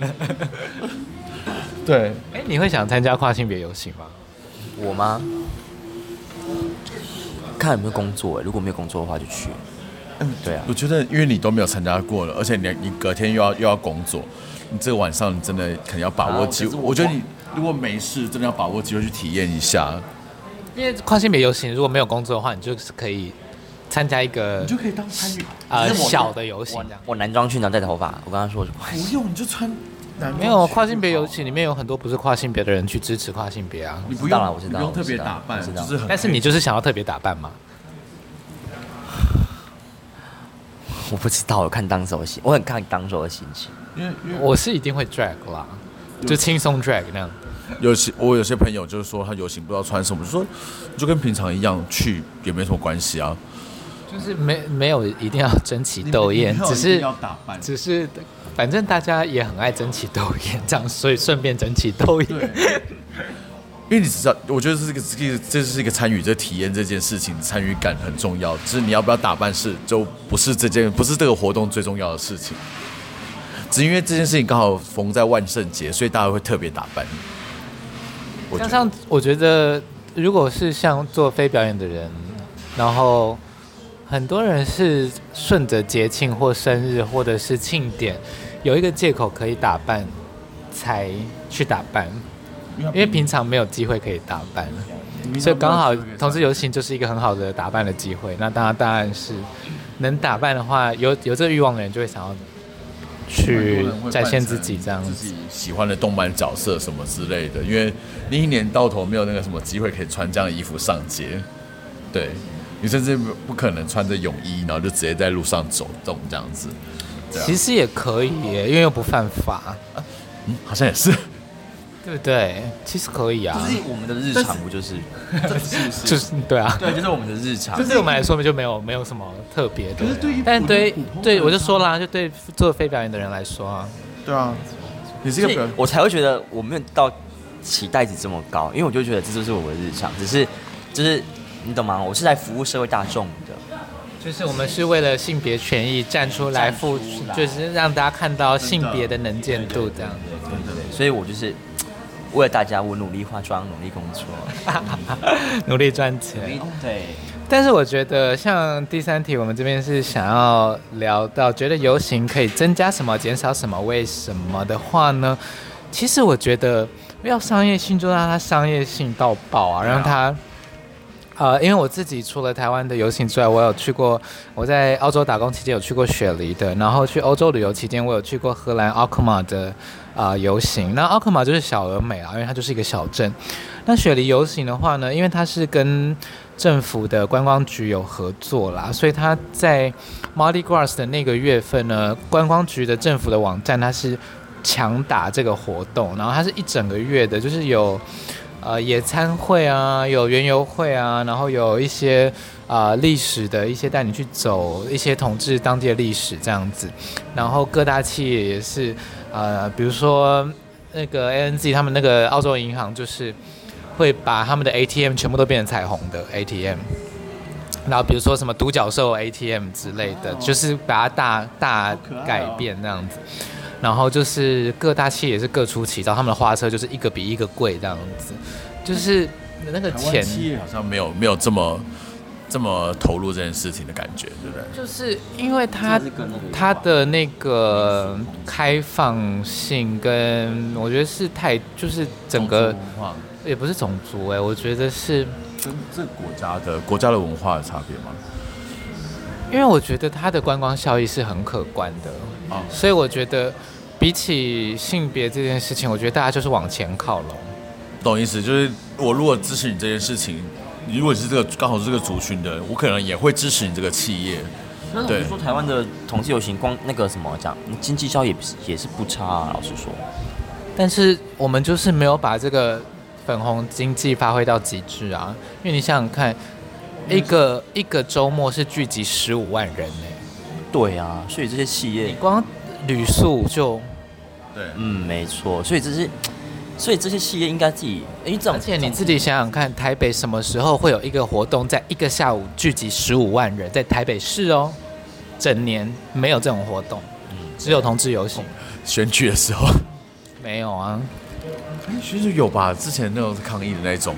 [SPEAKER 2] 对，
[SPEAKER 1] 哎，你会想参加跨性别游行吗？
[SPEAKER 3] 哦我吗？看有没有工作、欸，如果没有工作的话就去。对啊，
[SPEAKER 2] 我觉得因为你都没有参加过了，而且你你隔天又要又要工作，你这个晚上你真的可能要把握
[SPEAKER 3] 啊
[SPEAKER 2] 机
[SPEAKER 3] 可是
[SPEAKER 2] 会。
[SPEAKER 3] 我
[SPEAKER 2] 我觉得你如果没事，真的要把握机会去体验一下，
[SPEAKER 1] 因为跨性别游行如果没有工作的话，你就是可以参加一个
[SPEAKER 2] 你就可以当参与
[SPEAKER 1] 呃
[SPEAKER 2] 其实我
[SPEAKER 1] 小的游行
[SPEAKER 3] 我
[SPEAKER 1] 这样。
[SPEAKER 3] 我男装去，然后戴着头发。我刚刚说什么？
[SPEAKER 2] 不用，你就穿男装
[SPEAKER 1] 没有
[SPEAKER 2] 去
[SPEAKER 1] 跨性别游
[SPEAKER 2] 就
[SPEAKER 1] 行里面有很多不是跨性别的人去支持跨性别啊
[SPEAKER 2] 好，你不
[SPEAKER 3] 知道啦
[SPEAKER 2] 用
[SPEAKER 3] 我知
[SPEAKER 2] 你不
[SPEAKER 3] 道
[SPEAKER 2] 用
[SPEAKER 3] 我
[SPEAKER 2] 特别
[SPEAKER 3] 知道
[SPEAKER 2] 打扮
[SPEAKER 3] 我，知道
[SPEAKER 2] 就是很
[SPEAKER 1] 但是你就是想要特别打扮嘛？
[SPEAKER 3] 我不知道，我看当时的心，我很看当时的心情。
[SPEAKER 2] 因为因为
[SPEAKER 1] 我是一定会 drag 啦，就轻松 drag 那样。
[SPEAKER 2] 有些我有些朋友就是说他游行不知道穿什么，就说你就跟平常一样去也没什么关系啊。
[SPEAKER 1] 就是没没有一定要争奇斗艳，只是
[SPEAKER 2] 打扮
[SPEAKER 1] 只是反正大家也很爱争奇斗艳，这样所以顺便争奇斗艳。
[SPEAKER 2] 因为你知道，我觉得这是个这个这是一个参与这体验这件事情，参与感很重要。就是你要不要打扮是就不是这件不是这个活动最重要的事情，只因为这件事情刚好逢在万圣节，所以大家会特别打扮。我觉
[SPEAKER 1] 加
[SPEAKER 2] 得
[SPEAKER 1] 上我觉得，如果是像做非表演的人，然后很多人是顺着节庆或生日或者是庆典，有一个借口可以打扮，才去打扮，因为平常没有机会可以打扮。所以刚好同志游行就是一个很好的打扮的机会。那大家当然是能打扮的话，有有这个欲望的人就会想要去展现自己这样
[SPEAKER 2] 自
[SPEAKER 1] 子。
[SPEAKER 2] 己喜欢的动漫角色什么之类的，因为你一年到头没有那个什么机会可以穿这样的衣服上街，对你甚至不可能穿着泳衣，然后就直接在路上走动这样 子，对啊
[SPEAKER 1] 其实也可以耶，因为又不犯法，
[SPEAKER 2] 嗯好像也是，
[SPEAKER 1] 对不对？其实可以啊，
[SPEAKER 3] 我们的日
[SPEAKER 2] 常
[SPEAKER 3] 不就是？
[SPEAKER 1] 就是对 啊。
[SPEAKER 3] 对，就是我们的日常
[SPEAKER 1] 对我们来说就没有没有什么特别的，
[SPEAKER 2] 对于
[SPEAKER 1] 但对
[SPEAKER 2] 普通
[SPEAKER 1] 对
[SPEAKER 2] 人
[SPEAKER 1] 我就说啦，就对做非表演的人来说啊，
[SPEAKER 2] 对啊，你是一
[SPEAKER 3] 所
[SPEAKER 2] 个
[SPEAKER 3] 以
[SPEAKER 2] 表
[SPEAKER 3] 我才会觉得我没有到期待值这么高，因为我就觉得这就是我的日常，只是就是你懂吗？我是来服务社会大众的，
[SPEAKER 1] 就是我们是为了性别权益站出来付出，就是让大家看到性别的能见度这样子。
[SPEAKER 3] 所以我就是嘖为了大家，我努力化妆，努力工作，
[SPEAKER 1] 努力赚
[SPEAKER 3] 努
[SPEAKER 1] 钱
[SPEAKER 3] 力。对，
[SPEAKER 1] 但是我觉得，像第三题，我们这边是想要聊到，觉得游行可以增加什么、减少什么、为什么的话呢？其实我觉得，要商业性就让它商业性到爆啊，让它。呃，因为我自己除了台湾的游行之外，我有去过，我在澳洲打工期间有去过雪梨的，然后去欧洲旅游期间，我有去过荷兰奥克马的啊游行。那奥克马就是小而美啊，因为它就是一个小镇。那雪梨游行的话呢，因为它是跟政府的观光局有合作啦，所以它在 Mardi Gras 的那个月份呢，观光局的政府的网站它是强打这个活动，然后它是一整个月的，就是有。呃野餐会啊，有园游会啊，然后有一些啊历、史的一些带你去走一些统治当地的历史这样子，然后各大企业也是呃，比如说那个 ANZ 他们那个澳洲银行就是会把他们的 ATM 全部都变成彩虹的 ATM。然后比如说什么独角兽 ATM 之类的，
[SPEAKER 2] 哦
[SPEAKER 1] 就是把它大大改变那样子。然后就是各大企业也是各出奇招，他们的花车就是一个比一个贵这样子，就是那个
[SPEAKER 2] 台湾
[SPEAKER 1] 钱
[SPEAKER 2] 企业好像没有没有这么这么投入这件事情的感觉，对不对？
[SPEAKER 1] 就是因为它
[SPEAKER 4] 这是跟那个有
[SPEAKER 1] 它
[SPEAKER 4] 关
[SPEAKER 1] 的那个开放性跟我觉得是太就是整个
[SPEAKER 2] 种族文化
[SPEAKER 1] 也不是种族哎、我觉得是
[SPEAKER 2] 跟这国家的国家的文化的差别吗？
[SPEAKER 1] 因为我觉得它的观光效益是很可观的，
[SPEAKER 2] 啊、
[SPEAKER 1] 所以我觉得比起性别这件事情，我觉得大家就是往前靠拢。
[SPEAKER 2] 懂意思，就是我如果支持你这件事情，你如果是这个刚好是这个族群的人，我可能也会支持你这个企业。
[SPEAKER 3] 那我
[SPEAKER 2] 对
[SPEAKER 3] 就说台湾的同志游行光那个什么讲经济效益也不是也是不差啊，老实说。
[SPEAKER 1] 但是我们就是没有把这个粉红经济发挥到极致啊！因为你想想看，一个一个周末是聚集十五万人呢、
[SPEAKER 3] 对啊，所以这些企业
[SPEAKER 1] 你光旅宿就，
[SPEAKER 2] 对，
[SPEAKER 3] 嗯，没错，所以这是，所以这些企业应该自己，因为这种，
[SPEAKER 1] 而且你自己想想看，台北什么时候会有一个活动，在一个下午聚集十五万人，在台北市哦，整年没有这种活动，只有同志游行，
[SPEAKER 2] 选举的时 候，
[SPEAKER 1] 没有啊。
[SPEAKER 2] 选举有吧？之前那种抗议的那种，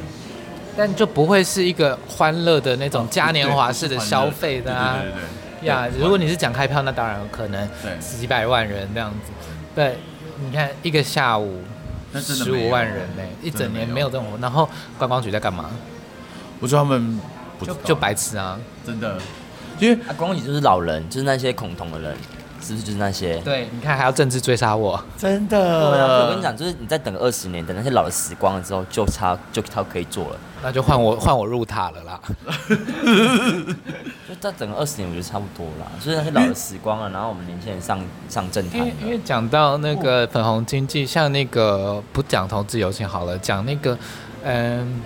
[SPEAKER 1] 但就不会是一个欢乐的那种嘉年华式的
[SPEAKER 2] 对
[SPEAKER 1] 消费的啊。
[SPEAKER 2] 对对对对对
[SPEAKER 1] 呀
[SPEAKER 2] 对
[SPEAKER 1] 如果你是讲开票，那当然有可能
[SPEAKER 2] 对
[SPEAKER 1] 几百万人这样子。对，你看一个下午
[SPEAKER 2] 那真的
[SPEAKER 1] 十
[SPEAKER 2] 没有
[SPEAKER 1] 五万人呢、一整年没有这种活动。然后观光局在干嘛？
[SPEAKER 2] 我觉得他们不知
[SPEAKER 1] 就
[SPEAKER 2] 道
[SPEAKER 1] 就白痴啊！
[SPEAKER 2] 真的，因为
[SPEAKER 3] 啊，光你就是老人，就是那些恐同的人，是不是就是那些？
[SPEAKER 1] 对，你看还要政治追杀我，
[SPEAKER 2] 真
[SPEAKER 3] 对啊，所以我跟你
[SPEAKER 2] 的，
[SPEAKER 3] 讲，就是你再等个二十年，等那些老的死光了之后，就差就他可以做了。
[SPEAKER 1] 那就换我换我入塔了啦。
[SPEAKER 3] 就再等个二十年，我觉得差不多啦。所以那些老的死光啊了，然后我们年轻人上上政
[SPEAKER 1] 因
[SPEAKER 3] 坛
[SPEAKER 1] 为因为
[SPEAKER 3] 了。
[SPEAKER 1] 讲到那个粉红经济，像那个不讲投资游行好了，讲那个嗯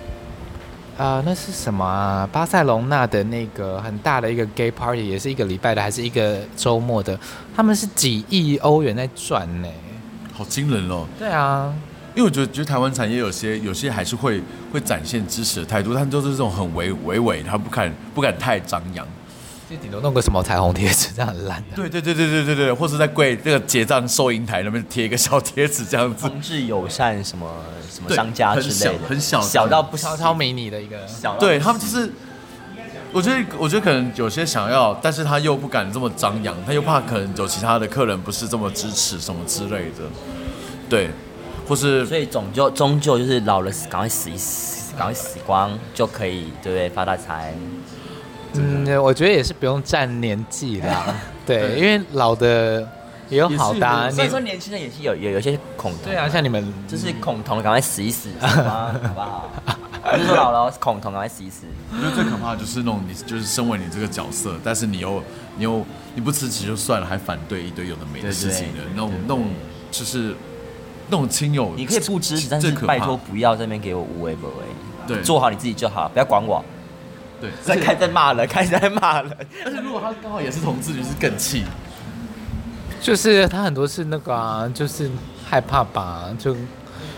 [SPEAKER 1] 啊、那是什么啊？巴塞隆纳的那个很大的一个 gay party，也是一个礼拜的，还是一个周末的？他们是几亿欧元在赚呢、
[SPEAKER 2] 好惊人哦。
[SPEAKER 1] 对啊，
[SPEAKER 2] 因为我觉得，觉得台湾产业有些有些还是会会展现支持的态度，但就是这种很唯唯唯，他不敢不敢太张扬。
[SPEAKER 1] 就顶多弄个什么彩虹贴纸，这样很烂的。啊
[SPEAKER 2] 对对对对对对对，或是在柜那个结账收银台那边贴一个小贴纸这样子。
[SPEAKER 3] 同志友善什么什么
[SPEAKER 2] 对
[SPEAKER 3] 商家
[SPEAKER 2] 很
[SPEAKER 3] 之类的，
[SPEAKER 2] 小很小
[SPEAKER 3] 小到不
[SPEAKER 1] 超
[SPEAKER 3] 行
[SPEAKER 1] 超迷你的一个，
[SPEAKER 3] 小到
[SPEAKER 2] 对他们就是，我觉得我觉得可能有些想要，但是他又不敢这么张扬，他又怕可能有其他的客人不是这么支持什么之类的，对，或是
[SPEAKER 3] 所以终究终究就是老了死，赶快死一死，赶快死光就可以，对不对？发大财。
[SPEAKER 1] 嗯，我觉得也是不用占年纪 啦。对，因为老的也有好的、啊，
[SPEAKER 2] 也是
[SPEAKER 3] 所以
[SPEAKER 1] 你
[SPEAKER 3] 说年轻人也是有有有一些恐同，
[SPEAKER 1] 对啊，像你们
[SPEAKER 3] 就是恐同的赶快死一 死，好吗好不好？不是说老了恐同赶快死一死，
[SPEAKER 2] 我觉得最可怕的就是那种你就是身为你这个角色，但是你又你又你不辞职就算了，还反对一堆有的没的
[SPEAKER 3] 对对
[SPEAKER 2] 事情的那种那种就是那种亲友，
[SPEAKER 3] 你可以不支持，但
[SPEAKER 2] 最
[SPEAKER 3] 是
[SPEAKER 2] 可怕
[SPEAKER 3] 拜托不要在那边给我无为不为，
[SPEAKER 2] 对
[SPEAKER 3] 做好你自己就好，不要管我。
[SPEAKER 2] 对，
[SPEAKER 3] 在开始在骂人，开始在骂人，
[SPEAKER 2] 而且如果他刚好也是同志，就是更气。
[SPEAKER 1] 就是他很多是那个啊，就是害怕吧，就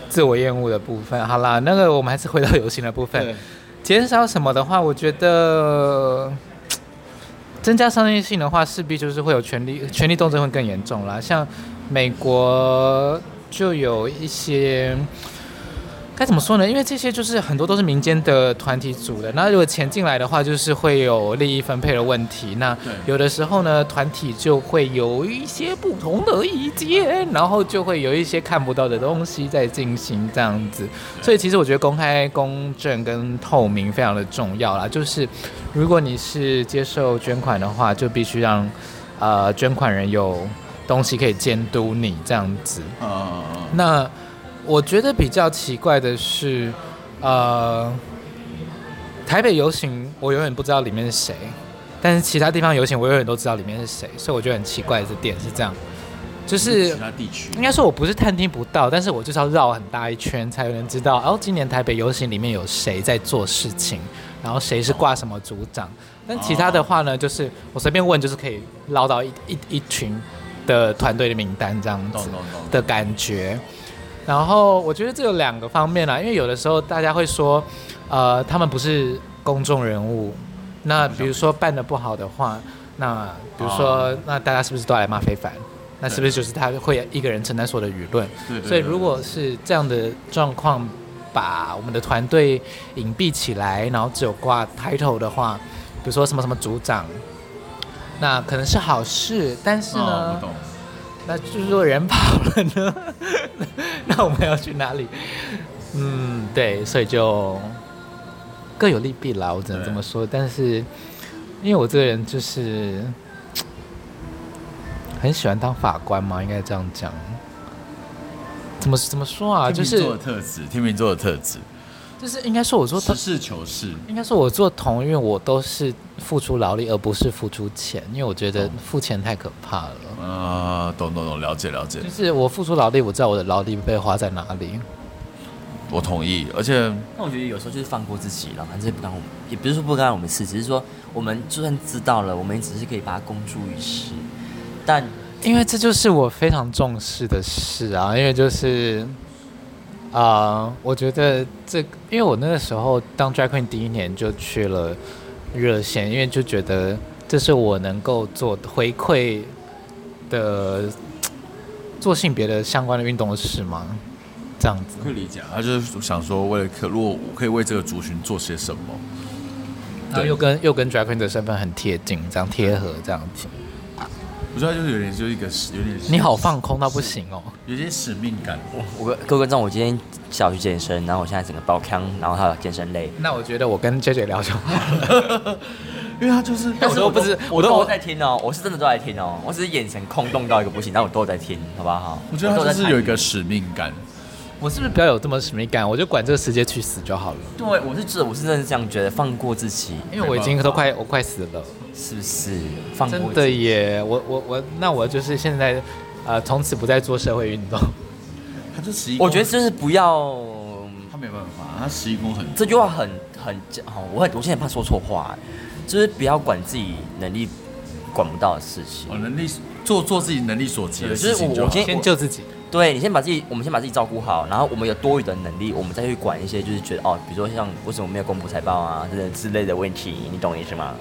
[SPEAKER 1] 自我厌恶的部分。好啦，那个我们还是回到游行的部分
[SPEAKER 2] 对。
[SPEAKER 1] 减少什么的话，我觉得嘖增加商业性的话，势必就是会有权力权力斗争会更严重啦。像美国就有一些。该怎么说呢？因为这些就是很多都是民间的团体组的，那如果钱进来的话，就是会有利益分配的问题。那
[SPEAKER 2] 对
[SPEAKER 1] 有的时候呢，团体就会有一些不同的意见，然后就会有一些看不到的东西在进行这样子。所以其实我觉得公开、公正跟透明非常的重要啦。就是如果你是接受捐款的话，就必须让呃捐款人有东西可以监督你这样子。
[SPEAKER 2] 呃，
[SPEAKER 1] 那我觉得比较奇怪的是，呃，台北游行我永远不知道里面是谁，但是其他地方游行我永远都知道里面是谁，所以我觉得很奇怪的点是这样，就是
[SPEAKER 2] 其他地区
[SPEAKER 1] 应该说我不是探听不到，但是我就是要绕很大一圈才能知道，哦，今年台北游行里面有谁在做事情，然后谁是挂什么组长。但其他的话呢，就是我随便问，就是可以捞到一一一群的团队的名单这样
[SPEAKER 2] 懂
[SPEAKER 1] 子
[SPEAKER 2] 懂懂
[SPEAKER 1] 的感觉。然后我觉得这有两个方面啦，因为有的时候大家会说，呃，他们不是公众人物，那比如说办的不好的话，那比如说、
[SPEAKER 2] 啊
[SPEAKER 1] 那大家是不是都要来骂非凡？那是不是就是他会一个人承担所有的舆论？
[SPEAKER 2] 对对对
[SPEAKER 1] 所以如果是这样的状况，把我们的团队隐蔽起来，然后只有挂 title 的话，比如说什么什么组长，那可能是好事，但是
[SPEAKER 2] 哦，
[SPEAKER 1] 呢
[SPEAKER 2] 我，懂。
[SPEAKER 1] 那就是说人跑了呢， 那我们要去哪里？嗯，对，所以就各有利弊啦，我只能这么说。但是因为我这个人就是很喜欢当法官嘛，应该这样讲。怎么怎么说啊？就
[SPEAKER 2] 天秤
[SPEAKER 1] 是
[SPEAKER 2] 座的特质，天秤座的特质，
[SPEAKER 1] 就是应该说，我做
[SPEAKER 2] 实事求是。
[SPEAKER 1] 应该说，我做同运，我都是付出劳力，而不是付出钱，因为我觉
[SPEAKER 2] 哦
[SPEAKER 1] 得付钱太可怕了。
[SPEAKER 2] 啊，懂懂懂，了解了解
[SPEAKER 1] 就，是我付出劳力，我知道我的劳力被花在哪里。
[SPEAKER 2] 我同意。而且
[SPEAKER 3] 那我觉得有时候就是放过自己了，反正也不干我们，也不是说不干我们事，只是说我们就算知道了，我们也只是可以把它公诸于世。但
[SPEAKER 1] 因为这就是我非常重视的事啊，因为就是，啊、我觉得这，因为我那个时候当 drag queen 第一年就去了热线，因为就觉得这是我能够做回馈的做性别的相关的运动的事嘛，这样子。
[SPEAKER 2] 可以理解，他就是想说，为了可如果我可以为这个族群做些什么，
[SPEAKER 1] 然后又跟又跟 drag queen 的身份很贴近，这样贴合这样子。
[SPEAKER 2] 我觉得他就是有点就是一个有点
[SPEAKER 1] 你好放空到不行哦，
[SPEAKER 2] 有点使命感。
[SPEAKER 3] 我跟各位观众，我今天下午去健身，然后我现在整个爆康，然后还有健身累。
[SPEAKER 1] 那我觉得我跟 J J 聊就好。
[SPEAKER 2] 因为他就是，
[SPEAKER 3] 但是我不是，我都有
[SPEAKER 1] 我
[SPEAKER 3] 在听哦，我是真的都在听哦，我只是眼神空洞到一个不行，但我都有在听，好不好？
[SPEAKER 2] 我觉得
[SPEAKER 3] 都
[SPEAKER 2] 他就
[SPEAKER 3] 在
[SPEAKER 2] 是
[SPEAKER 3] 看
[SPEAKER 2] 有一个使命感。
[SPEAKER 1] 我是不是不要有这么使命感？我就管这个世界去死就好了。
[SPEAKER 3] 对，我是真的，我是真的是这样觉得，放过自己，
[SPEAKER 1] 因为我已经都快我快死了，
[SPEAKER 3] 是不是？放过
[SPEAKER 1] 真
[SPEAKER 3] 自
[SPEAKER 1] 的
[SPEAKER 3] 己。
[SPEAKER 1] 耶！我我我，那我就是现在，呃，从此不再做社会运动。
[SPEAKER 2] 他就十一，
[SPEAKER 3] 我觉得就是不要，
[SPEAKER 2] 他没办法，他十一宫很
[SPEAKER 3] 这句话很很哦，我很我现在很怕说错话，欸就是不要管自己能力管不到的事情
[SPEAKER 2] 哦。能力做做自己能力所及的事情
[SPEAKER 3] 对就是
[SPEAKER 2] 就
[SPEAKER 3] 我
[SPEAKER 2] 好
[SPEAKER 3] 我。今天
[SPEAKER 1] 先救自己，
[SPEAKER 3] 对你先把自己，我们先把自己照顾好，然后我们有多余的能力，我们再去管一些就是觉得哦，比如说像为什么没有公布财报啊，这之类的问题，你懂我意思吗？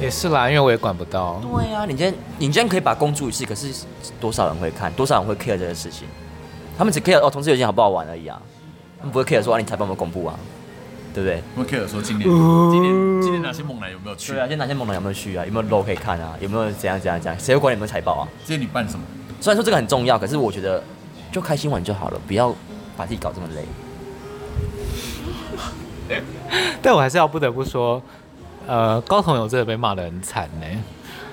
[SPEAKER 1] 也是啦，因为我也管不到。
[SPEAKER 3] 对啊，你今天你今天可以把公诸于世，可是多少人会看，多少人会 care 这个事情？他们只 care 哦，同志游戏好不好玩而已啊，他们不会 care 说、啊、你财报有没有公布啊，对不对？
[SPEAKER 2] 我 care 说
[SPEAKER 1] 嗯
[SPEAKER 2] 今年今年今年哪些猛男有没有去
[SPEAKER 3] 对啊，？现在哪些猛男有没有去啊？有没有 low 可以看啊？有没有怎样怎样怎样？谁会管你有没有财报啊？
[SPEAKER 2] 今年你办什么？
[SPEAKER 3] 虽然说这个很重要，可是我觉得就开心玩就好了，不要把自己搞这么累。
[SPEAKER 1] 但我还是要不得不说，呃，高彤有真的被骂得很惨呢、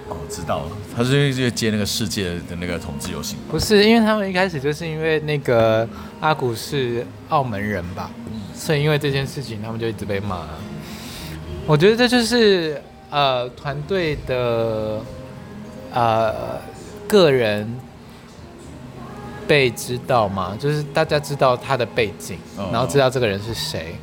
[SPEAKER 2] 哦，知道了，他是因为接那个世界的那个统治游行。
[SPEAKER 1] 不是，因为他们一开始就是因为那个阿古是澳门人吧，所以因为这件事情，他们就一直被骂。我觉得这就是呃团队的呃个人被知道嘛，就是大家知道他的背景，
[SPEAKER 2] 哦
[SPEAKER 1] 然后知道这个人是谁，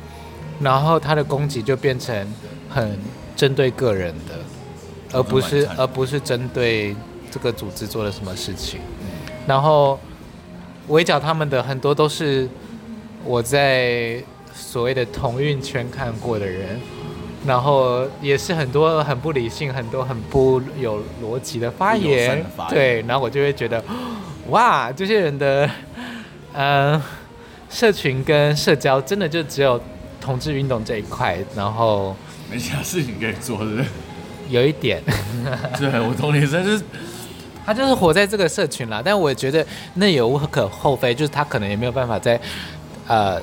[SPEAKER 1] 然后他的攻击就变成很针对个人的，而不
[SPEAKER 2] 我觉得
[SPEAKER 1] 是
[SPEAKER 2] 蛮惨的
[SPEAKER 1] 而不是针对这个组织做了什么事情。然后围剿他们的很多都是我在所谓的同运圈看过的人，然后也是很多很不理性、很多很不有逻辑的发
[SPEAKER 2] 不友善
[SPEAKER 1] 言
[SPEAKER 2] 的，发言
[SPEAKER 1] 对，然后我就会觉得， 哇，这些人的，嗯、社群跟社交真的就只有同志运动这一块，然后
[SPEAKER 2] 没其他事情可以做，对不 对？
[SPEAKER 1] 有一点。
[SPEAKER 2] 对，我懂你，但是
[SPEAKER 1] 他就是活在这个社群啦，但我觉得那也无可厚非，就是他可能也没有办法在呃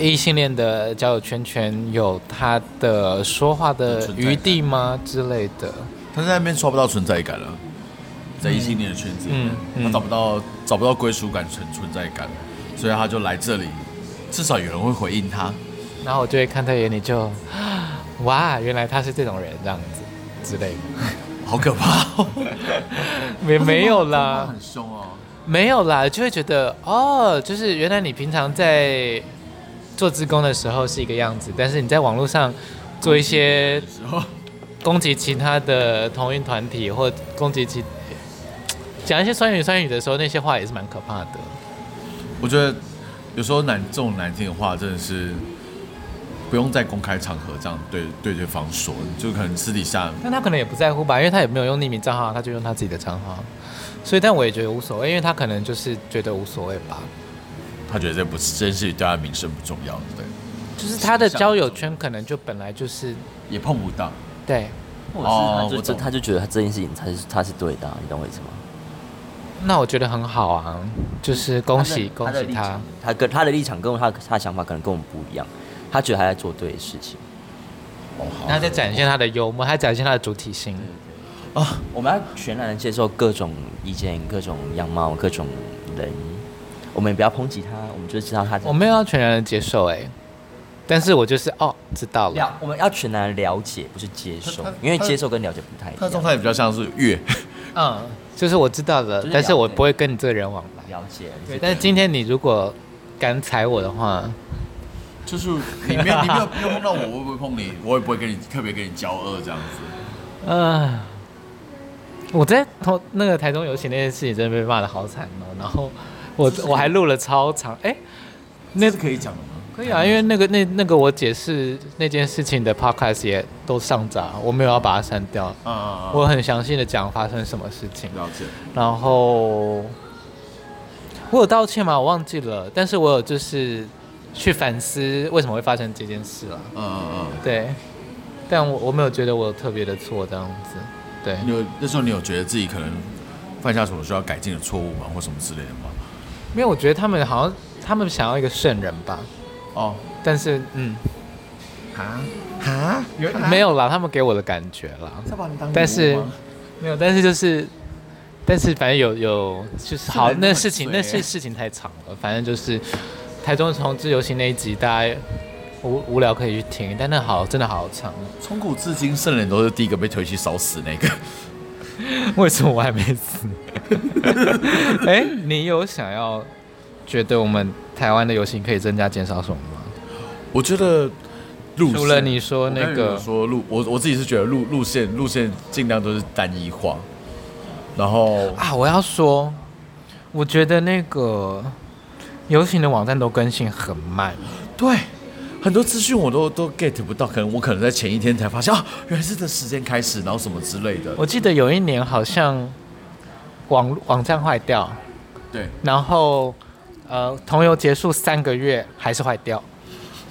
[SPEAKER 1] 异异性恋的交友圈圈有他的说话
[SPEAKER 2] 有
[SPEAKER 1] 的
[SPEAKER 2] 存在感
[SPEAKER 1] 余地吗之类的。
[SPEAKER 2] 他在那边刷不到存在感了，在异性恋的圈子里面，
[SPEAKER 1] 嗯嗯
[SPEAKER 2] 他找不到找不到归属感、存存在感，所以他就来这里，至少有人会回应他。
[SPEAKER 1] 然后我就会看他眼里就， 啊哇，原来他是这种人这样子之类的，
[SPEAKER 2] 好可怕、哦！
[SPEAKER 1] 没 没有
[SPEAKER 2] 他
[SPEAKER 1] 啦
[SPEAKER 2] 很，凶哦。
[SPEAKER 1] 没有啦，就会觉得哦，就是原来你平常在做志工的时候是一个样子，但是你在网络上做一些
[SPEAKER 2] 时候
[SPEAKER 1] 攻击其他的同运团体或攻击其讲一些酸言酸语的时候，那些话也是蛮可怕的。
[SPEAKER 2] 我觉得有时候难这种难听的话，真的是不用在公开场合这样对对对方说，就可能私底下
[SPEAKER 1] 但他可能也不在乎吧，因为他也没有用匿名账号，他就用他自己的账号。所以，但我也觉得无所谓，因为他可能就是觉得无所谓吧。
[SPEAKER 2] 他觉得这不是真是对他名声不重要，对，
[SPEAKER 1] 就是他的交友圈可能就本来就是
[SPEAKER 2] 也碰不到。
[SPEAKER 1] 对，
[SPEAKER 3] 或
[SPEAKER 2] 哦
[SPEAKER 3] 者是他就
[SPEAKER 2] 我
[SPEAKER 3] 真
[SPEAKER 2] 懂
[SPEAKER 3] 他就觉得他这件事情他是他是对的啊、你懂我意思吗？
[SPEAKER 1] 那我觉得很好啊，就是恭喜
[SPEAKER 3] 他
[SPEAKER 1] 恭喜
[SPEAKER 3] 的他的立
[SPEAKER 1] 他
[SPEAKER 3] 场。他跟他的立场跟我他的他的想法可能跟我们不一样，他觉得他在做对的事情。
[SPEAKER 2] 哦，好
[SPEAKER 1] 他在展现他的幽默，他展现他的主体性。
[SPEAKER 3] 啊，我们要全然的接受各种意见、各种样貌、各种人，我们也不要抨击他，我们就知道他。
[SPEAKER 1] 我没有要全然的接受哎、但是我就是哦，知道了。
[SPEAKER 3] 了，我们要全然了解，不是接受
[SPEAKER 2] 他他，
[SPEAKER 3] 因为接受跟了解不太一
[SPEAKER 2] 他的状
[SPEAKER 3] 样。
[SPEAKER 2] 态比较像是月，
[SPEAKER 1] 嗯，就是我知道了，
[SPEAKER 3] 就是
[SPEAKER 1] 但是我
[SPEAKER 3] 了解
[SPEAKER 1] 不会跟你这个人往来。
[SPEAKER 3] 了解，
[SPEAKER 1] 对，但是今天你如果敢踩我的话，
[SPEAKER 2] 就是你没有你没有没有碰到我，我也不会碰你，我也不会跟你特别跟你交恶这样子。
[SPEAKER 1] 呃，我在同那个台中游行那件事情真的被骂的好惨哦，然后我我还录了超长，哎、那
[SPEAKER 2] 这是可以讲的吗？
[SPEAKER 1] 可以啊，因为那个那那个我解释那件事情的 podcast 也都上架，我没有要把它删掉，
[SPEAKER 2] 啊啊啊！
[SPEAKER 1] 我很详细的讲发生什么事情，
[SPEAKER 2] 了解。
[SPEAKER 1] 然后我有道歉吗？我忘记了，但是我有就是去反思为什么会发生这件事了、啊
[SPEAKER 2] 嗯嗯
[SPEAKER 1] 对，但我我没有觉得我有特别的错这样子，对，
[SPEAKER 2] 嗯。你有那时候你有觉得自己可能犯下什么需要改进的错误吗，或什么之类的吗？
[SPEAKER 1] 因为我觉得他们好像他们想要一个圣人吧，
[SPEAKER 2] 哦，
[SPEAKER 1] 但是嗯，
[SPEAKER 2] 啊啊，有
[SPEAKER 1] 没有啦，他们给我的感觉啦，
[SPEAKER 2] 在把你当
[SPEAKER 1] 但是没有，但是就是，但是反正有有就是好，
[SPEAKER 2] 人
[SPEAKER 1] 那
[SPEAKER 2] 很
[SPEAKER 1] 事情
[SPEAKER 2] 水
[SPEAKER 1] 那
[SPEAKER 2] 欸
[SPEAKER 1] 事事情太长了，反正就是台中同志游行那一集，大家无无聊可以去听，但那好真的好长，啊
[SPEAKER 2] 从古至今，圣人都是第一个被推去烧死那个。
[SPEAKER 1] 为什么我还没死？ 哎、你有想要觉得我们台湾的游行可以增加减少什么吗？
[SPEAKER 2] 我觉得路
[SPEAKER 1] 除了
[SPEAKER 2] 线
[SPEAKER 1] 你说那
[SPEAKER 2] 我跟你
[SPEAKER 1] 个
[SPEAKER 2] 们，说路，我我自己是觉得路路线路线尽量都是单一化，然后
[SPEAKER 1] 啊，我要说，我觉得那个游行的网站都更新很慢。
[SPEAKER 2] 对很多资讯我都都 get 不到，可能我可能在前一天才发现啊，原来是这时间开始，然后什么之类的。
[SPEAKER 1] 我记得有一年好像网网站坏掉，
[SPEAKER 2] 对，
[SPEAKER 1] 然后呃，同游结束三个月还是坏掉，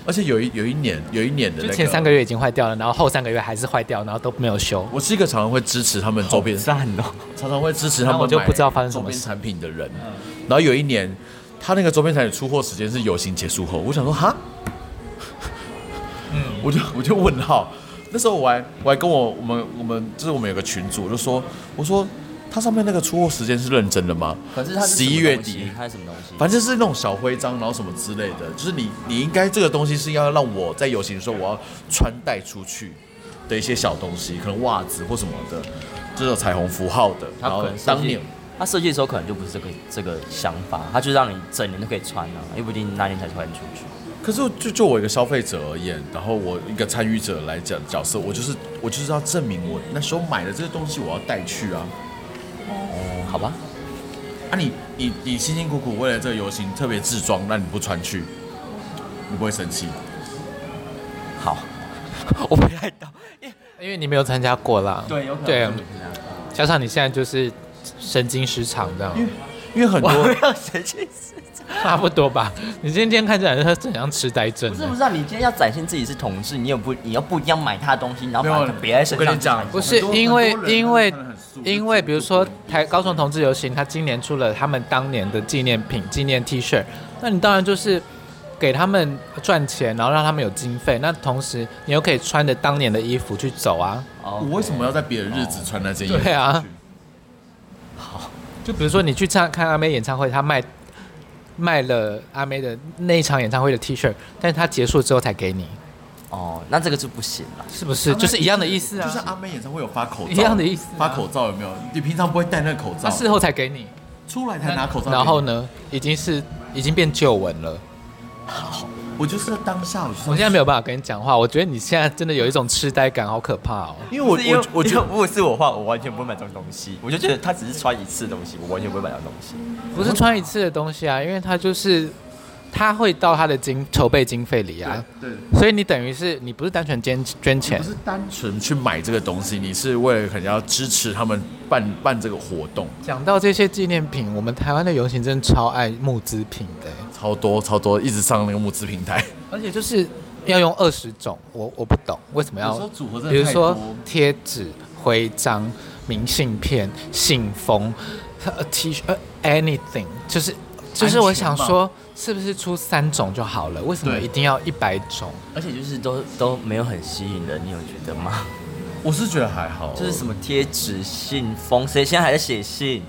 [SPEAKER 2] 而且有一有一年有一年的那
[SPEAKER 1] 就
[SPEAKER 2] 个，
[SPEAKER 1] 前三个月已经坏掉了，然后后三个月还是坏掉，然后都没有修。
[SPEAKER 2] 我是一个常常会支持他们周边，
[SPEAKER 3] 赞哦，
[SPEAKER 2] 常常会支持他
[SPEAKER 1] 然
[SPEAKER 2] 们
[SPEAKER 1] 后我就
[SPEAKER 2] 买
[SPEAKER 1] 不知道发生什
[SPEAKER 2] 周
[SPEAKER 1] 么
[SPEAKER 2] 边
[SPEAKER 1] 事
[SPEAKER 2] 产品的人。然后有一年，他那个周边产品出货时间是游行结束后，我想说哈，嗯， 我就我就问号。那时候我还我还跟我我们我们就是我们有个群主，我就说我说它上面那个出货时间是认真的吗？
[SPEAKER 3] 可是他是
[SPEAKER 2] 十
[SPEAKER 3] 什么
[SPEAKER 2] 一月
[SPEAKER 3] 东西
[SPEAKER 2] 底，
[SPEAKER 3] 他是什么东西？
[SPEAKER 2] 反正就是那种小徽章，然后什么之类的，就是你你应该这个东西是要让我在游行的时候我要穿戴出去的一些小东西，可能袜子或什么的，这种彩虹符号的。然
[SPEAKER 3] 他可
[SPEAKER 2] 后
[SPEAKER 3] 能设计
[SPEAKER 2] 当年
[SPEAKER 3] 他设计的时候可能就不是这个这个想法，他就让你整年都可以穿啊，又不一定那年才穿出去。
[SPEAKER 2] 可是就就我一个消费者而言，然后我一个参与者来讲角色，我就是我就是要证明我那时候买的这个东西我要带去啊
[SPEAKER 3] 嗯好吧，
[SPEAKER 2] 啊你！你你辛辛苦苦为了这个游行特别制装，那你不穿去，你不会生气？
[SPEAKER 3] 好， 我不太懂。
[SPEAKER 1] 因为你没有参加过啦，
[SPEAKER 3] 对，有可能。
[SPEAKER 2] 啊
[SPEAKER 1] 对，加上你现在就是神经失常这样，
[SPEAKER 2] 因为很
[SPEAKER 3] 我
[SPEAKER 2] 多
[SPEAKER 3] 没有神经质。
[SPEAKER 1] 差不多吧。你今天看起来是怎样痴呆症
[SPEAKER 3] 不是
[SPEAKER 1] 呢
[SPEAKER 3] 不是啊，你今天要展现自己是同志，你有不你要不一样买他的东西，然后
[SPEAKER 2] 没有
[SPEAKER 3] 把它哦别在身
[SPEAKER 2] 我跟
[SPEAKER 3] 上
[SPEAKER 2] 你讲
[SPEAKER 3] 去
[SPEAKER 1] 不是
[SPEAKER 2] 很多
[SPEAKER 1] 因为
[SPEAKER 2] 很多人啊
[SPEAKER 1] 因为
[SPEAKER 2] 他们很素
[SPEAKER 1] 因为比如说
[SPEAKER 2] 就
[SPEAKER 1] 台高雄同志游行，他今年出了他们当年的纪念品、纪念 T 恤，那你当然就是给他们赚钱，然后让他们有经费，那同时你又可以穿着当年的衣服去走啊。
[SPEAKER 3] 哦
[SPEAKER 2] 我为什么要在别的日子穿那件衣服？
[SPEAKER 1] 对啊，就比如说你去唱看阿妹演唱会，他卖卖了阿妹的那一场演唱会的 T 恤，但是他结束之后才给你，
[SPEAKER 3] 哦，那这个就不行了。
[SPEAKER 1] 是不是？就是一样的意思啊。
[SPEAKER 2] 就是阿妹演唱会有发口罩，
[SPEAKER 1] 一样的意思啊
[SPEAKER 2] 发口罩有没有？你平常不会戴那个口罩，
[SPEAKER 1] 他事后才给你，
[SPEAKER 2] 出来才拿口罩。
[SPEAKER 1] 然后？呢，已经是已经变旧闻了。
[SPEAKER 2] 我就是当下，我就是
[SPEAKER 1] 我现在没有办法跟你讲话，我觉得你现在真的有一种痴呆感，好可怕哦。
[SPEAKER 2] 因为我
[SPEAKER 3] 是因为
[SPEAKER 2] 我我觉
[SPEAKER 3] 因为
[SPEAKER 2] 得
[SPEAKER 3] 如果是我的话，我完全不会买这种东西。我就觉得他只是穿一次的东西，我完全不会买这种东西。
[SPEAKER 1] 不是穿一次的东西啊，因为它就是它会到它的经筹备经费里啊，
[SPEAKER 2] 对，
[SPEAKER 1] 所以你等于是你不是单纯捐捐
[SPEAKER 2] 你
[SPEAKER 1] 钱
[SPEAKER 2] 不，是单纯去买这个东西，你是为了可能要支持他们办办这个活动，
[SPEAKER 1] 讲到这些纪念品，我们台湾的游行真的超爱募资品的欸、
[SPEAKER 2] 超多超多，一直上那个募资平台。
[SPEAKER 1] 而且就是要用二十种，我我不懂为什么
[SPEAKER 2] 有
[SPEAKER 1] 要
[SPEAKER 2] 时候组合真
[SPEAKER 1] 比
[SPEAKER 2] 的
[SPEAKER 1] 如
[SPEAKER 2] 太
[SPEAKER 1] 说
[SPEAKER 2] 多。
[SPEAKER 1] 贴纸、徽章、明信片、信封、呃 T 恤、呃 anything，就是就是我想说，是不是出三种就好了？为什么
[SPEAKER 2] 对
[SPEAKER 1] 一定要一百种？
[SPEAKER 3] 而且就是都都没有很吸引人，你有觉得吗？
[SPEAKER 2] 我是觉得还好，
[SPEAKER 3] 就是什么贴纸、信封，谁现在还在写信？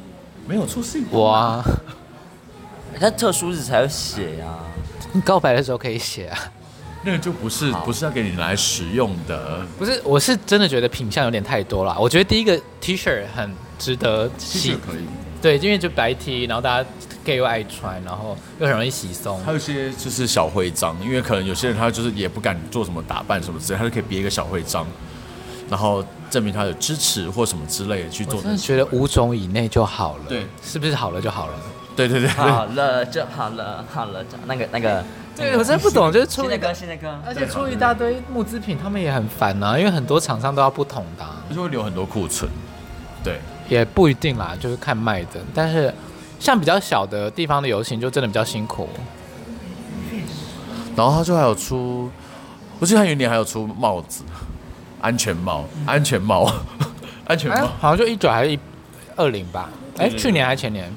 [SPEAKER 2] 没有出信封啊，
[SPEAKER 1] 哇，
[SPEAKER 3] 人家特殊日才会写啊。
[SPEAKER 1] 你 告白的时候可以写啊。
[SPEAKER 2] 那个就不是
[SPEAKER 3] 好
[SPEAKER 2] 不是要给你拿来使用的。
[SPEAKER 1] 不是，我是真的觉得品相有点太多了。我觉得第一个 T 恤很值得
[SPEAKER 2] 其
[SPEAKER 1] 洗
[SPEAKER 2] 实，可以，
[SPEAKER 1] 对，因为就白 T，然后大家 gay 又爱穿，然后又很容易洗松。
[SPEAKER 2] 还有一些就是小徽章，因为可能有些人他就是也不敢做什么打扮什么之类，他就可以别一个小徽章，然后证明他的支持或什么之类的去做
[SPEAKER 1] 我
[SPEAKER 2] 那个
[SPEAKER 1] 哦真的
[SPEAKER 2] 行
[SPEAKER 1] 觉
[SPEAKER 2] 为。
[SPEAKER 1] 得五种以内就好了，
[SPEAKER 2] 对，
[SPEAKER 1] 是不是好了就好了？
[SPEAKER 2] 对对对对，
[SPEAKER 3] 好了就好了，好了就那个那个
[SPEAKER 1] 对，我真的不懂，就是出
[SPEAKER 3] 新
[SPEAKER 1] 一
[SPEAKER 3] 的
[SPEAKER 1] 个
[SPEAKER 3] 歌，，新的 歌，
[SPEAKER 1] 而且出一大堆木制品，他们也很烦啊呐、因为很多厂商都要不同的啊、
[SPEAKER 2] 就会留很多库存。对，
[SPEAKER 1] 也不一定啦，就是看卖的。但是像比较小的地方的游行，就真的比较辛苦。
[SPEAKER 2] 然后他就还有出，我记得他有一年还有出帽子，安全帽，安全帽，安全
[SPEAKER 1] 哎
[SPEAKER 2] 帽，，
[SPEAKER 1] 好像就一九还是一二零吧？哎，
[SPEAKER 2] 对
[SPEAKER 1] 去年还是前年？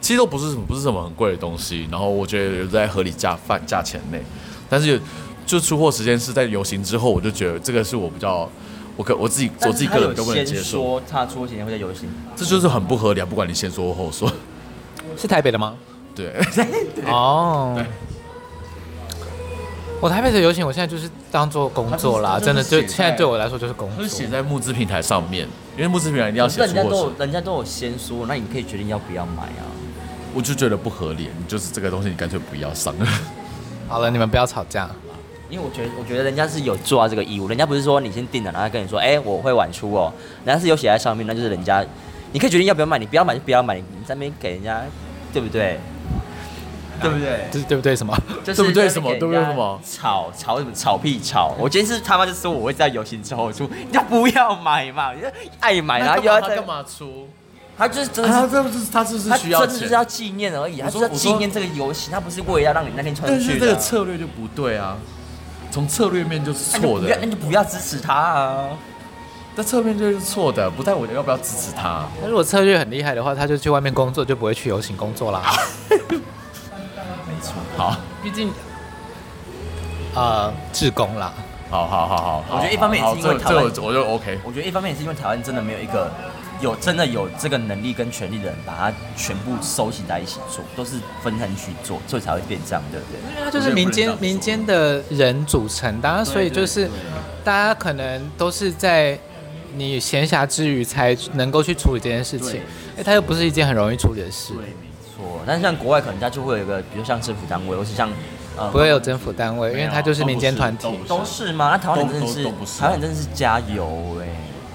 [SPEAKER 2] 其实都不是什么不是什么很贵的东西，然后我觉得有在合理价范价钱内，但是有就出货时间是在游行之后，我就觉得这个是我比较。我可我自己我自己个人都不能接
[SPEAKER 3] 先
[SPEAKER 2] 受，
[SPEAKER 3] 说他出现会在游行，
[SPEAKER 2] 这就是很不合理啊！不管你先说或后说，
[SPEAKER 1] 是台北的吗？
[SPEAKER 2] 对，
[SPEAKER 1] 哦
[SPEAKER 2] 对。
[SPEAKER 1] 我台北的游行，我现在就是当做工作啦，
[SPEAKER 2] 它就是
[SPEAKER 1] 真的就
[SPEAKER 2] 它就是写在
[SPEAKER 1] 现在对我来说就是工
[SPEAKER 2] 就是写
[SPEAKER 1] 作。
[SPEAKER 2] 在募资平台上面，因为募资平台一定要写
[SPEAKER 3] 人
[SPEAKER 2] 出
[SPEAKER 3] 家
[SPEAKER 2] 货
[SPEAKER 3] 都
[SPEAKER 2] 时
[SPEAKER 3] 有，人家都有先说，那你可以决定要不要买啊。
[SPEAKER 2] 我就觉得不合理，你就是这个东西你干脆不要上。
[SPEAKER 1] 好了，你们不要吵架。
[SPEAKER 3] 因为我觉得，我觉得人家是有做到这个义务，人家不是说你先定了，然后跟你说，哎、我会晚出哦，人家是有写在上面，那就是人家，你可以决定要不要买，你不要买就不要买，你在那边给人家，对不对？对不对？
[SPEAKER 1] 这对不对？什么？
[SPEAKER 3] 就是
[SPEAKER 2] 对不对
[SPEAKER 3] 在那边
[SPEAKER 2] 什么对不
[SPEAKER 3] 给
[SPEAKER 2] 对
[SPEAKER 3] 人家
[SPEAKER 2] 什么
[SPEAKER 3] 吵吵什么吵屁吵！我今天是他妈就说我会在游行之后出，你就不要买嘛，你就爱买，然后哎又要
[SPEAKER 2] 他
[SPEAKER 3] 在
[SPEAKER 2] 干，嘛出？啊
[SPEAKER 3] 他就是真的
[SPEAKER 2] 他
[SPEAKER 3] 是。
[SPEAKER 2] 这不是他是不是
[SPEAKER 3] 他
[SPEAKER 2] 需
[SPEAKER 3] 真
[SPEAKER 2] 要
[SPEAKER 3] 的就是
[SPEAKER 2] 钱？
[SPEAKER 3] 要纪念而已，他
[SPEAKER 2] 我
[SPEAKER 3] 就
[SPEAKER 2] 说
[SPEAKER 3] 是要纪念这个游行，他不是为了要让你那天穿
[SPEAKER 2] 但
[SPEAKER 3] 去
[SPEAKER 2] 是
[SPEAKER 3] 的
[SPEAKER 2] 这
[SPEAKER 3] 啊。
[SPEAKER 2] 个策略就不对啊，从策略面就是
[SPEAKER 3] 那你就
[SPEAKER 2] 错
[SPEAKER 3] 不要，那
[SPEAKER 2] 的，
[SPEAKER 3] 哎你就不要支持他啊！
[SPEAKER 2] 那侧面就是错的，不在我要不要支持他。
[SPEAKER 1] 他如果策略很厉害的话，他就去外面工作，就不会去游行工作啦。
[SPEAKER 2] 没错，好，
[SPEAKER 1] 毕竟，呃，志工啦，
[SPEAKER 2] 好好好好好，
[SPEAKER 3] 我觉得一方面也是因为
[SPEAKER 2] 好
[SPEAKER 3] 台湾
[SPEAKER 2] 这这我我就 OK，
[SPEAKER 3] 我觉得一方面也是因为台湾真的没有一个有真的有这个能力跟权力的人把它全部收集在一起做，都是分散去做，所以才会变这样，对不对？
[SPEAKER 1] 因为他就是民间
[SPEAKER 2] 我觉得不能这样说
[SPEAKER 1] 民间的人组成的啊、所以就是大家可能都是在你闲暇之余才能够去处理这件事情
[SPEAKER 3] 对，
[SPEAKER 1] 哎，它又不是一件很容易处理的事，
[SPEAKER 3] 没错。但是像国外可能它就会有一个，比如像政府单位，或是像呃，
[SPEAKER 2] 啊
[SPEAKER 1] 不会有政府单位，因为它就是民间团体。
[SPEAKER 3] 都是吗？那啊台湾人真的
[SPEAKER 2] 都
[SPEAKER 3] 是啊
[SPEAKER 2] 都都不，是
[SPEAKER 3] 台湾人真的是加油哎、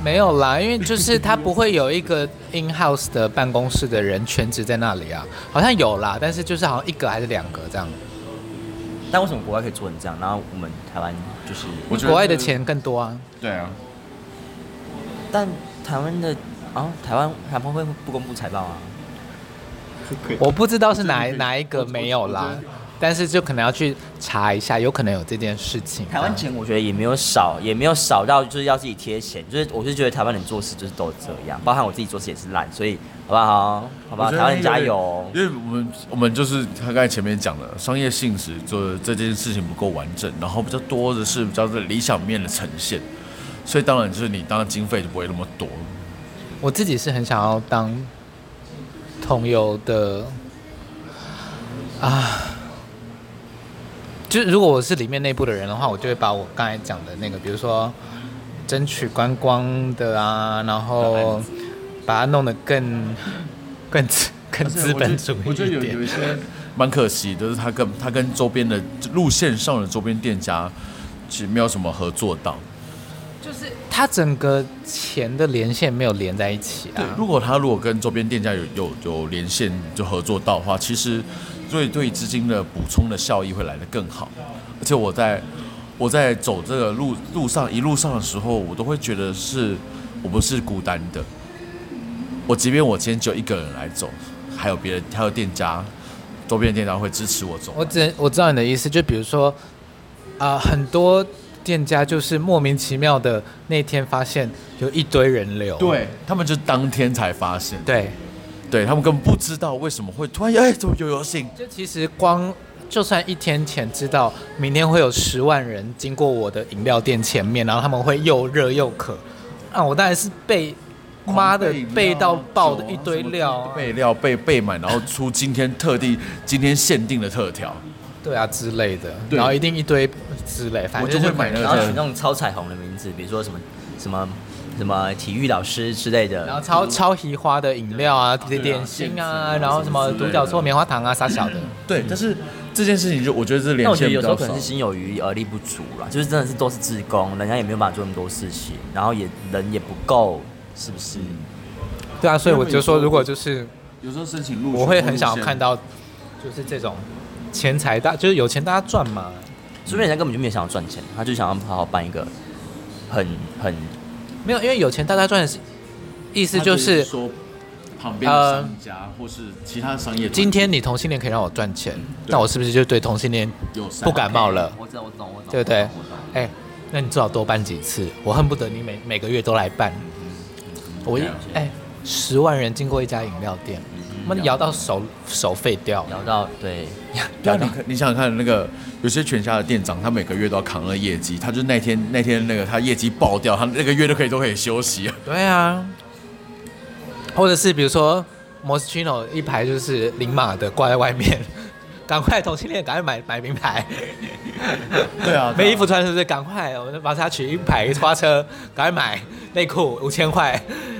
[SPEAKER 1] 没有啦，因为就是他不会有一个 in house 的办公室的人全职在那里啊，好像有啦，但是就是好像一个还是两个这样。
[SPEAKER 3] 但为什么国外可以做成这样？然后我们台湾就是，
[SPEAKER 2] 我觉得
[SPEAKER 1] 国外的钱更多啊，
[SPEAKER 2] 对啊，
[SPEAKER 3] 但台湾的啊，台湾台湾会不公布财报啊？
[SPEAKER 1] 我不知道是哪
[SPEAKER 2] 我觉得
[SPEAKER 1] 哪一个
[SPEAKER 2] 我
[SPEAKER 1] 没有
[SPEAKER 2] 我
[SPEAKER 1] 啦
[SPEAKER 2] 觉得，
[SPEAKER 1] 但是就可能要去查一下，有可能有这件事情。
[SPEAKER 3] 台湾钱我觉得也没有少，也没有少到就是要自己贴钱，就是我是觉得台湾人做事就是都这样，包含我自己做事也是烂，所以好不好？好不好？
[SPEAKER 2] 我觉得
[SPEAKER 3] 台湾人加
[SPEAKER 2] 有点
[SPEAKER 3] 油！
[SPEAKER 2] 因为我们我们就是他刚才前面讲了，商业性质就是这件事情不够完整，然后比较多的是比较是理想面的呈现，所以当然就是你当然经费就不会那么多，
[SPEAKER 1] 我自己是很想要当同游的啊，就是如果我是里面内部的人的话，我就会把我刚才讲的那个，比如说争取观光的啊，然后把它弄得更更资更资本主义
[SPEAKER 2] 我觉得
[SPEAKER 1] 一
[SPEAKER 2] 有有
[SPEAKER 1] 点。
[SPEAKER 2] 一些蛮可惜，就是他跟他跟周边的路线上的周边店家其实没有什么合作到。
[SPEAKER 1] 就是它整个钱的连线没有连在一起啊。
[SPEAKER 2] 如果他如果跟周边店家有有有连线就合作到的话，其实对对资金的补充的效益会来得更好。而且我在我在走这个路路上一路上的时候，我都会觉得是我不是孤单的。我即便我今天只有一个人来走，还有别的还有店家，周边的店家会支持我走。
[SPEAKER 1] 我只我知道你的意思，就比如说，啊，很多店家就是莫名其妙的那天发现有一堆人流，
[SPEAKER 2] 对他们就当天才发现，
[SPEAKER 1] 对，
[SPEAKER 2] 对他们根本不知道为什么会突然哎怎么有游行，
[SPEAKER 1] 就其实光就算一天前知道明天会有十万人经过我的饮料店前面，然后他们会又热又渴，啊，我当然是被妈的
[SPEAKER 2] 备
[SPEAKER 1] 备到爆的一堆料、啊，
[SPEAKER 2] 备料备备满，然后出今天特地今天限定的特调，
[SPEAKER 1] 对啊之类的，
[SPEAKER 2] 对
[SPEAKER 1] 然后一定一堆之类，反
[SPEAKER 2] 我
[SPEAKER 1] 正
[SPEAKER 2] 就会
[SPEAKER 1] 是
[SPEAKER 2] 买那
[SPEAKER 1] 很
[SPEAKER 2] 个
[SPEAKER 1] 多
[SPEAKER 3] 然后取那种超彩虹的名字，比如说什么什么什么体育老师之类的，
[SPEAKER 1] 然后超超奇花的饮料啊、点点心啊，然后什么独角兽棉花糖啊、啥小的，
[SPEAKER 2] 对，但是这件事情就我觉得是
[SPEAKER 3] 那
[SPEAKER 2] 连
[SPEAKER 3] 我
[SPEAKER 2] 线
[SPEAKER 3] 觉得
[SPEAKER 2] 比
[SPEAKER 3] 有时候
[SPEAKER 2] 较
[SPEAKER 3] 可
[SPEAKER 2] 少
[SPEAKER 3] 能是。心有余而力不足啦，就是真的是都是自工，人家也没有办法做那么多事情，然后也人也不够，是不是？
[SPEAKER 2] 嗯
[SPEAKER 1] 对啊，所以我就说，如果就是
[SPEAKER 2] 有时候申请入
[SPEAKER 1] 我会很想要看到，就是这种钱财大，就是有钱大家赚嘛。
[SPEAKER 3] 说不定人家根本就没有想要赚钱，他就想要好好办一个很很
[SPEAKER 1] 没有，因为有钱大家赚的是，意思就是呃
[SPEAKER 2] 说旁边的商家或是其他商业
[SPEAKER 1] 今天你同性恋可以让我赚钱，
[SPEAKER 2] 对
[SPEAKER 1] 那我是不是就对同性恋
[SPEAKER 2] 友善
[SPEAKER 1] 不感冒了？
[SPEAKER 3] 我知道，我懂，我懂
[SPEAKER 1] 对不对？哎，那你最好多办几次，我恨不得你每每个月都来办。我一
[SPEAKER 2] 了
[SPEAKER 1] 哎，十万人经过一家饮料店，我们摇到手手废掉。
[SPEAKER 3] 聊到对，
[SPEAKER 2] 对啊，你看你想想看，那个有些全家的店长，他每个月都要扛那个业绩，他就那天那天那个他业绩爆掉，他那个月都可以都可以休息。
[SPEAKER 1] 对啊，或者是比如说 Moschino 一排就是零码的挂在外面， 赶快同性恋赶快买买名牌，
[SPEAKER 2] 对啊
[SPEAKER 1] 没衣服穿是不是？赶快，我们把它取一排花车，赶快买内裤五千块，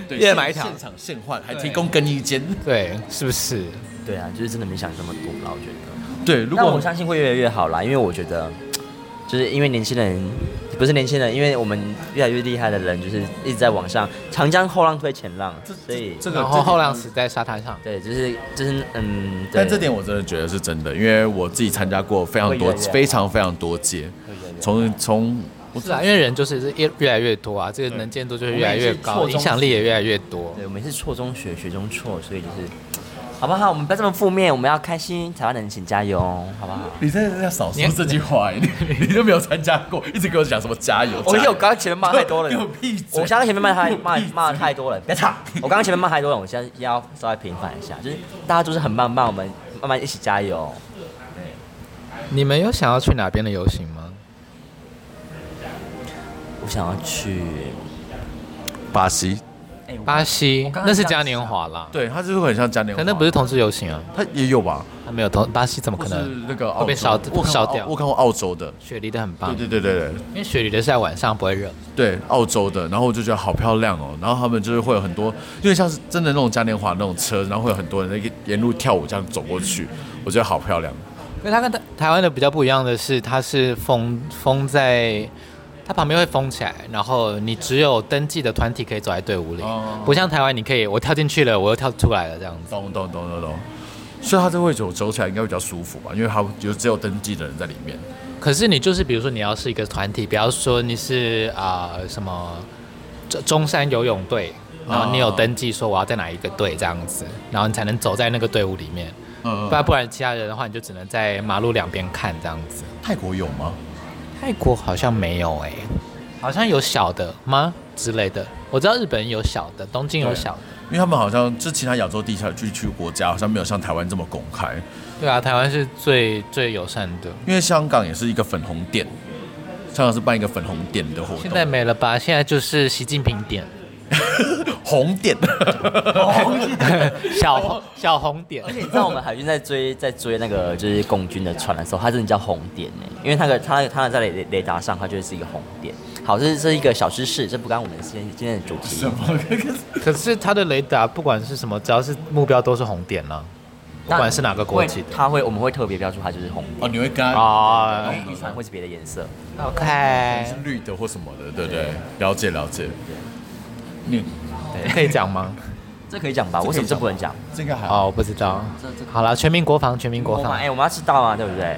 [SPEAKER 1] 一人买一条
[SPEAKER 2] 现，场现换，还
[SPEAKER 1] 对
[SPEAKER 2] 提供更衣间。
[SPEAKER 1] 对，是不是？
[SPEAKER 3] 对啊，就是真的没想这么多啦，我觉得。
[SPEAKER 2] 对，如
[SPEAKER 3] 但
[SPEAKER 2] 果
[SPEAKER 3] 我相信会越来越好啦，因为我觉得，就是因为年轻人不是年轻人，因为我们越来越厉害的人，就是一直在往上，长江后浪推前浪，所以
[SPEAKER 2] 这个
[SPEAKER 1] 然后后浪死在沙滩上，
[SPEAKER 3] 对，就是就是嗯，对
[SPEAKER 2] 但这点我真的觉得是真的，因为我自己参加过非常
[SPEAKER 3] 会越
[SPEAKER 2] 多、
[SPEAKER 3] 来越好
[SPEAKER 2] 非常非常多届，从从我
[SPEAKER 1] 是啊，因为人就是越越来越多啊，这个能见度就是越来越
[SPEAKER 3] 我
[SPEAKER 1] 高，
[SPEAKER 3] 们也是错综
[SPEAKER 1] 影响力也越来越多。
[SPEAKER 3] 对，我们是错中学，学中错，所以就是，好不好？我们不要这么负面，我们要开心，台湾人请加油，好不好？
[SPEAKER 2] 你在在少说这句话，你你都没有参加过，一直给我讲什么加油。
[SPEAKER 3] 我
[SPEAKER 2] 加油
[SPEAKER 3] 有刚刚前面骂太多
[SPEAKER 2] 给我
[SPEAKER 3] 人，
[SPEAKER 2] 闭嘴！
[SPEAKER 3] 我刚刚前面骂太骂
[SPEAKER 2] 给我闭嘴
[SPEAKER 3] 骂太多人，别吵！我刚刚前面骂太多人，我现在要稍微平反一下，就是大家都是很慢慢，我们慢慢一起加油。
[SPEAKER 1] 你们有想要去哪边的游行吗？
[SPEAKER 3] 我想要去，
[SPEAKER 2] 巴西，
[SPEAKER 3] 哎、我
[SPEAKER 1] 巴西
[SPEAKER 3] 我刚，刚
[SPEAKER 1] 那是
[SPEAKER 3] 这
[SPEAKER 1] 嘉
[SPEAKER 3] 样
[SPEAKER 1] 年华啦，
[SPEAKER 2] 对，他就是很像嘉年华，
[SPEAKER 1] 可那不是同志游行啊。
[SPEAKER 2] 他也有吧？
[SPEAKER 1] 他没有同巴西怎么
[SPEAKER 2] 或
[SPEAKER 1] 可
[SPEAKER 2] 是
[SPEAKER 1] 能？
[SPEAKER 2] 那个
[SPEAKER 1] 会被
[SPEAKER 2] 澳洲
[SPEAKER 1] 烧
[SPEAKER 2] 我看过
[SPEAKER 1] 烧
[SPEAKER 2] 澳
[SPEAKER 1] 掉
[SPEAKER 2] 我看过澳洲的，
[SPEAKER 1] 雪梨的很棒
[SPEAKER 2] 对，对对对对
[SPEAKER 1] 因为雪梨的是在晚上不会热。
[SPEAKER 2] 对，澳洲的，然后我就觉得好漂亮哦，然后他们就是会有很多，因为像是真的那种嘉年华那种车，然后会有很多人那个沿路跳舞这样走过去，我觉得好漂亮。
[SPEAKER 1] 因为它跟台台湾的比较不一样的是，它是封封在它旁边会封起来，然后你只有登记的团体可以走在队伍里
[SPEAKER 2] 哦，
[SPEAKER 1] 不像台湾你可以我跳进去了，我又跳出来了这样子。
[SPEAKER 2] 懂懂懂懂懂，所以他这会走走起来应该比较舒服吧，因为他就只有登记的人在里面。
[SPEAKER 1] 可是你就是比如说你要是一个团体，比方说你是啊、呃什么中中山游泳队，然后你有
[SPEAKER 2] 哦
[SPEAKER 1] 登记说我要在哪一个队这样子，然后你才能走在那个队伍里面。
[SPEAKER 2] 嗯
[SPEAKER 1] 不然不然其他人的话，你就只能在马路两边看这样子。
[SPEAKER 2] 嗯泰国有吗？
[SPEAKER 1] 泰国好像没有哎、好像有小的吗之类的？我知道日本有小的，东京有小的。
[SPEAKER 2] 因为他们好像就其他亚洲地区地区国家好像没有像台湾这么公开，
[SPEAKER 1] 对啊，台湾是最最友善的，
[SPEAKER 2] 因为香港也是一个粉红店，香港是办一个粉红店的活动，
[SPEAKER 1] 现在没了吧？现在就是习近平点，
[SPEAKER 2] 红点，
[SPEAKER 1] 小红小红点
[SPEAKER 3] 而。且你知道我们海军在追在追那个就是共军的船啊的时候，它真的叫红点呢、因为那个它它在雷雷雷达上，它就是一个红点。好，这是这是一个小知识，这不干我们今天今天的主题。
[SPEAKER 1] 可是它的雷达不管是什么，只要是目标都是红点了、不管是哪个国籍
[SPEAKER 3] 会它会我们会特别标注它就是红点，
[SPEAKER 2] 哦，你会跟他
[SPEAKER 1] 的。啊
[SPEAKER 3] 然后船会是别的颜色。
[SPEAKER 1] ，OK，
[SPEAKER 2] 是绿的或什么的，对不对？了解了解。你
[SPEAKER 1] 可以讲吗？
[SPEAKER 3] 这可以讲吧？为什么这不能讲？
[SPEAKER 2] 这个还好，
[SPEAKER 1] 哦，我不知道
[SPEAKER 3] 这这。
[SPEAKER 1] 好了，全民国防，全民国
[SPEAKER 3] 我们
[SPEAKER 1] 防
[SPEAKER 3] 哎、，我们要知道啊，对不对？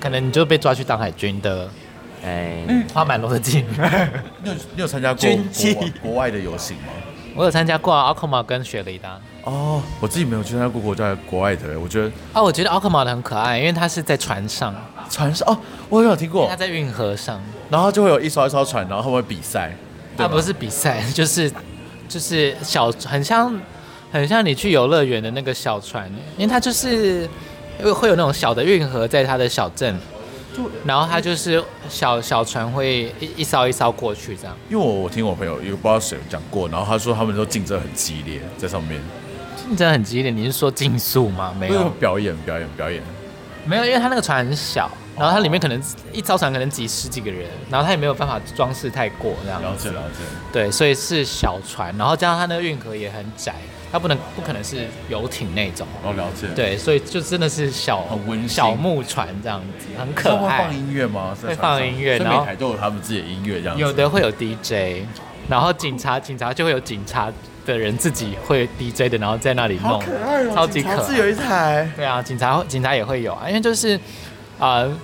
[SPEAKER 1] 可能你就被抓去当海军的
[SPEAKER 3] 哎、
[SPEAKER 1] 嗯花满楼的镜。
[SPEAKER 2] 你有你有参加过
[SPEAKER 3] 军纪
[SPEAKER 2] 国外国外的游行吗？
[SPEAKER 1] 我有参加过奥克玛跟雪梨的啊
[SPEAKER 2] 哦，我自己没有去参加过国家国外的，我觉得
[SPEAKER 1] 啊，我觉得奥克玛的很可爱，因为它是在船上，
[SPEAKER 2] 船上哦，我有听过
[SPEAKER 1] 它，在运河上，
[SPEAKER 2] 然后就会有一艘一艘船，然后他们会比赛，对
[SPEAKER 1] 它
[SPEAKER 2] 吗
[SPEAKER 1] 不是比赛， 就是就是小，很像很像你去游乐园的那个小船，因为它就是会会有那种小的运河在它的小镇，然后它就是小小船会一一艘一艘过去这样。
[SPEAKER 2] 因为我我听我朋友有不知道谁有讲过，然后他说他们都竞争很激烈，在上面
[SPEAKER 1] 竞争很激烈，你是说竞速吗？没
[SPEAKER 2] 那个
[SPEAKER 1] 有，
[SPEAKER 2] 表演表演表演，
[SPEAKER 1] 没有，因为它那个船很小，然后它里面可能一艘船可能挤十几个人，然后它也没有办法装饰太过这样。
[SPEAKER 2] 解了解，
[SPEAKER 1] 对，所以是小船，然后加上它那个运河也很窄，它不能不可能是游艇那种。
[SPEAKER 2] 哦了解，，
[SPEAKER 1] 对，所以就真的是小
[SPEAKER 2] 很温馨
[SPEAKER 1] 小木船这样子，很可
[SPEAKER 2] 他们会
[SPEAKER 1] 爱
[SPEAKER 2] 放。音乐吗？在船
[SPEAKER 1] 会
[SPEAKER 2] 上
[SPEAKER 1] 放音乐
[SPEAKER 2] 所以
[SPEAKER 1] 然后
[SPEAKER 2] 每台都有他们自己的音乐这样子，
[SPEAKER 1] 有的会有 DJ，然后警察警察就会有警察的人自己会 DJ 的，然后在那里弄，
[SPEAKER 2] 哦
[SPEAKER 1] 超级可爱。
[SPEAKER 2] 有一台，
[SPEAKER 1] 对啊，警察警察也会有啊，因为就是啊、呃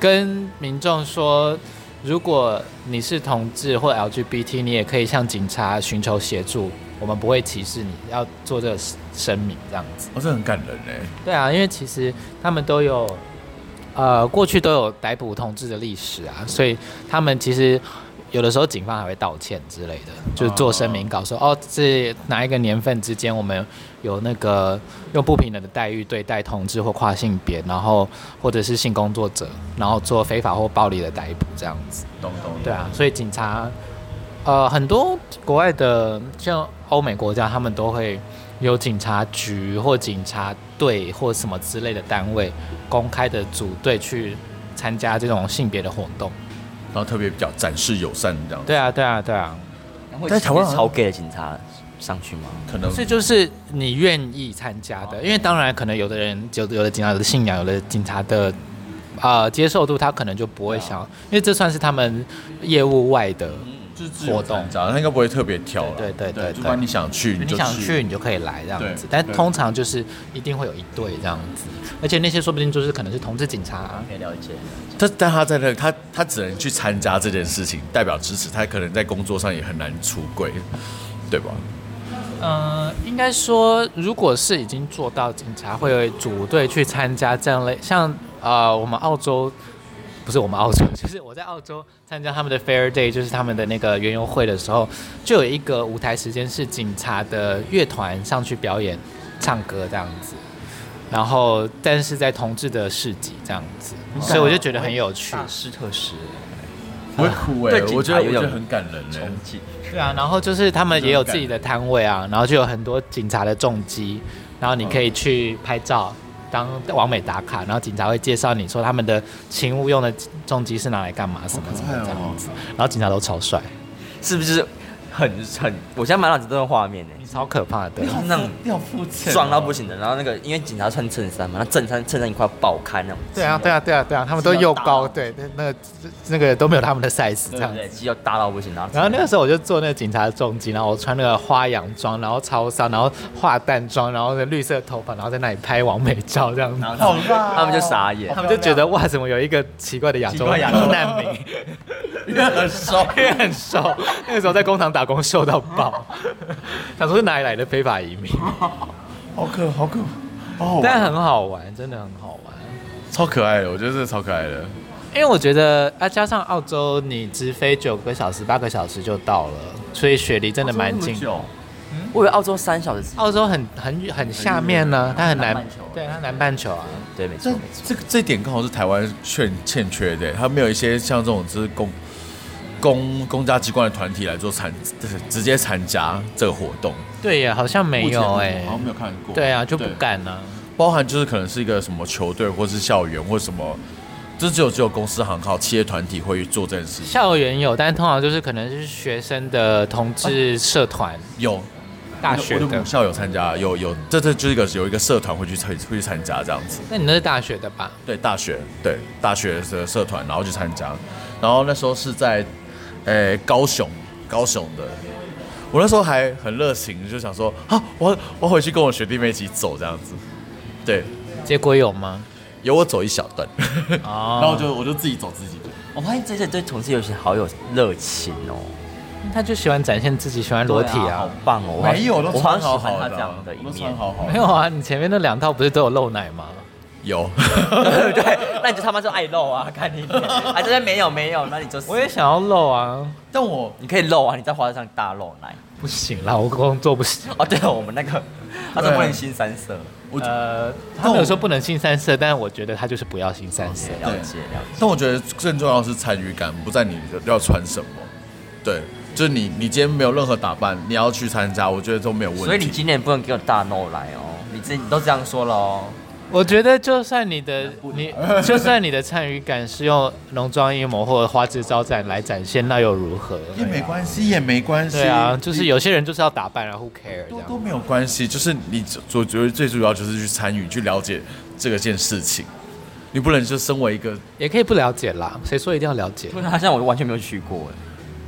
[SPEAKER 1] 跟民众说，如果你是同志或 LGBT，你也可以向警察寻求协助，我们不会歧视你，要做这个声明这样子。
[SPEAKER 2] 哦，这很感人哎，
[SPEAKER 1] 对啊，因为其实他们都有，呃，过去都有逮捕同志的历史啊，所以他们其实有的时候警方还会道歉之类的，就是做声明稿说，哦，这哪一个年份之间我们有那个用不平等的待遇对待同志或跨性别，然后或者是性工作者，然后做非法或暴力的逮捕这样子。
[SPEAKER 2] 懂懂，
[SPEAKER 1] 对啊，所以警察，呃，很多国外的像欧美国家，他们都会有警察局或警察队或什么之类的单位，公开的组队去参加这种性别的活动。
[SPEAKER 2] 然后特别比较展示友善这样，
[SPEAKER 1] 对啊，对啊，对啊，
[SPEAKER 2] 在台湾好像
[SPEAKER 3] 超 gay 的警察上去吗？
[SPEAKER 2] 可能
[SPEAKER 1] 所以就是你愿意参加的，因为当然可能有的人有有的警察的信仰，有的警察的。呃，接受度他可能就不会想，因为这算是他们业务外的，
[SPEAKER 2] 就是自
[SPEAKER 1] 活
[SPEAKER 2] 由
[SPEAKER 1] 动
[SPEAKER 2] 参加，他应该不会特别挑啦
[SPEAKER 1] 对对对对
[SPEAKER 2] 就管你想去你
[SPEAKER 1] 你
[SPEAKER 2] 就
[SPEAKER 1] 想去你就可以来这样子
[SPEAKER 2] 对，
[SPEAKER 1] 但
[SPEAKER 2] 对
[SPEAKER 1] 通常就是一定会有一队这样子，而且那些说不定就是可能是同志警察啊、
[SPEAKER 3] 可以了解。
[SPEAKER 2] 但但他在那个他他只能去参加这件事情，代表支持他，可能在工作上也很难出轨，对吧？
[SPEAKER 1] 呃，应该说，如果是已经做到警察会有组队去参加这样类，像呃，我们澳洲不是我们澳洲， 就是我在澳洲参加他们的 Fair Day，就是他们的那个园游会的时候，就有一个舞台时间是警察的乐团上去表演唱歌这样子，然后但是在同志的市集这样子，所以嗯我就觉得很有趣。
[SPEAKER 3] 大师啊特师
[SPEAKER 2] 不会哭哎、
[SPEAKER 3] 对警察
[SPEAKER 2] 我觉得我
[SPEAKER 3] 有
[SPEAKER 2] 觉
[SPEAKER 3] 点
[SPEAKER 2] 得很感人哎、
[SPEAKER 3] 冲击，
[SPEAKER 1] 对啊，然后就是他们也有自己的摊位啊，然后就有很多警察的重机，然后你可以去拍照当完美打卡，然后警察会介绍你说他们的勤务用的重机是拿来干嘛什么什么这样子，然后警察都超帅，
[SPEAKER 3] 是不是很很？我现在满脑子都是画面呢、
[SPEAKER 1] 超可怕的。
[SPEAKER 3] 那种
[SPEAKER 2] 要肤浅
[SPEAKER 3] 撞
[SPEAKER 1] 哦
[SPEAKER 3] 到不行的。然后那个因为警察穿衬衫嘛，那衬衫衬衫一块爆开那种。
[SPEAKER 1] 对啊，对啊，对啊，对啊，他们都又高，对，那那个那个都没有他们的 size 这
[SPEAKER 3] 对
[SPEAKER 1] 样
[SPEAKER 3] 对，肌肉大到不行，然后
[SPEAKER 1] 然后那个时候我就做那个警察的重击，然后我穿那个花洋装，然后超骚，然后化淡妆，然后那绿色头发，然后在那里拍完美照这样子。
[SPEAKER 3] 然后
[SPEAKER 2] 棒哦
[SPEAKER 3] 他们就 傻眼
[SPEAKER 1] 他，们就觉得哇，怎么有一个奇怪的亚洲难民，
[SPEAKER 2] 因为很熟，
[SPEAKER 1] 因为很瘦，那个时候在工厂打工瘦到爆， 想说是哪里来的非法移民，
[SPEAKER 2] 好可好可，哦，
[SPEAKER 1] 但很好玩，真的很好玩。
[SPEAKER 2] 超可爱的，我觉得这超可爱的。
[SPEAKER 1] 因为我觉得啊，加上澳洲你直飞九个小时、八个小时就到了，所以雪梨真的蛮近。
[SPEAKER 3] 我以为澳洲三小时，
[SPEAKER 1] 澳洲很很很下面呢、它很南
[SPEAKER 3] 南半球，
[SPEAKER 1] 对，它南半球啊。
[SPEAKER 3] 对，没错
[SPEAKER 2] 这
[SPEAKER 3] 没错。
[SPEAKER 2] 这个这一点刚好是台湾欠欠缺的，他没有一些像这种就是公公公家机关的团体来做参直接参加这个活动，
[SPEAKER 1] 对呀，好像没有哎、
[SPEAKER 2] 好像没有看过。
[SPEAKER 1] 对啊，就不敢啊。
[SPEAKER 2] 包含就是可能是一个什么球队，或是校园，或什么，就只有只有公司行号、企业团体会做这件事情。
[SPEAKER 1] 校园有，但通常就是可能是学生的同志社团、
[SPEAKER 2] 有
[SPEAKER 1] 大学
[SPEAKER 2] 我的
[SPEAKER 1] 的
[SPEAKER 2] 母。校有参加，有有，这这就是一个有一个社团会去参会去参加这样子。
[SPEAKER 1] 那你那是大学的吧？
[SPEAKER 2] 对，大学对大学的社团，然后去参加，然后那时候是在，呃，高雄高雄的。我那时候还很热情，就想说啊，我我回去跟我学弟妹一起走这样子，对，
[SPEAKER 1] 结果有吗？
[SPEAKER 2] 有我走一小段，
[SPEAKER 1] 哦
[SPEAKER 2] 然后我就我就自己走自己的，
[SPEAKER 3] 我发现这些对同志游行好有热情哦，
[SPEAKER 1] 他就喜欢展现自己喜欢裸体
[SPEAKER 3] 对好
[SPEAKER 1] 啊。
[SPEAKER 3] 棒哦！我好
[SPEAKER 2] 没有，都
[SPEAKER 3] 我好
[SPEAKER 2] 穿好
[SPEAKER 3] 喜欢
[SPEAKER 2] 好
[SPEAKER 3] 他
[SPEAKER 2] 的，啊
[SPEAKER 3] 这样的一
[SPEAKER 2] 都
[SPEAKER 3] 面
[SPEAKER 2] 穿。好好的，
[SPEAKER 1] 没有啊，你前面那两套不是都有露奶吗？
[SPEAKER 2] 有，
[SPEAKER 3] 对，那你就他妈就爱露啊，看你脸，啊，这边没有没有，那你就
[SPEAKER 1] 我也想要露啊，
[SPEAKER 2] 但我
[SPEAKER 3] 你可以露啊，你在花车上大露奶。
[SPEAKER 1] 不行啦，我工作不行。
[SPEAKER 3] 哦，对了，我们那个他说
[SPEAKER 2] 对
[SPEAKER 3] 不能新三色，
[SPEAKER 2] 我
[SPEAKER 1] 呃，他没有说不能性三色，但是我觉得他就是不要性三色。
[SPEAKER 3] 哦了解了解。
[SPEAKER 2] 但我觉得更重要的是参与感，不在你要穿什么。对，就是你，你今天没有任何打扮，你要去参加，我觉得都没有问题。
[SPEAKER 3] 所以你今年不能给我大露来哦，你自己你都这样说了哦。
[SPEAKER 1] 我觉得就算你的你，就算你的参与感是用浓妆艳抹或者花枝招展来展现，那又如何？
[SPEAKER 2] 也没关系，也没关系。
[SPEAKER 1] 啊对啊，就是有些人就是要打扮啊，Who care 这
[SPEAKER 2] 都
[SPEAKER 1] 样。
[SPEAKER 2] 都没有关系，就是你主主要最主要就是去参与，去了解这个件事情。你不能就身为一个
[SPEAKER 1] 也可以不了解啦，谁说一定要了解
[SPEAKER 3] 不？啊然好像我完全没有去过哎，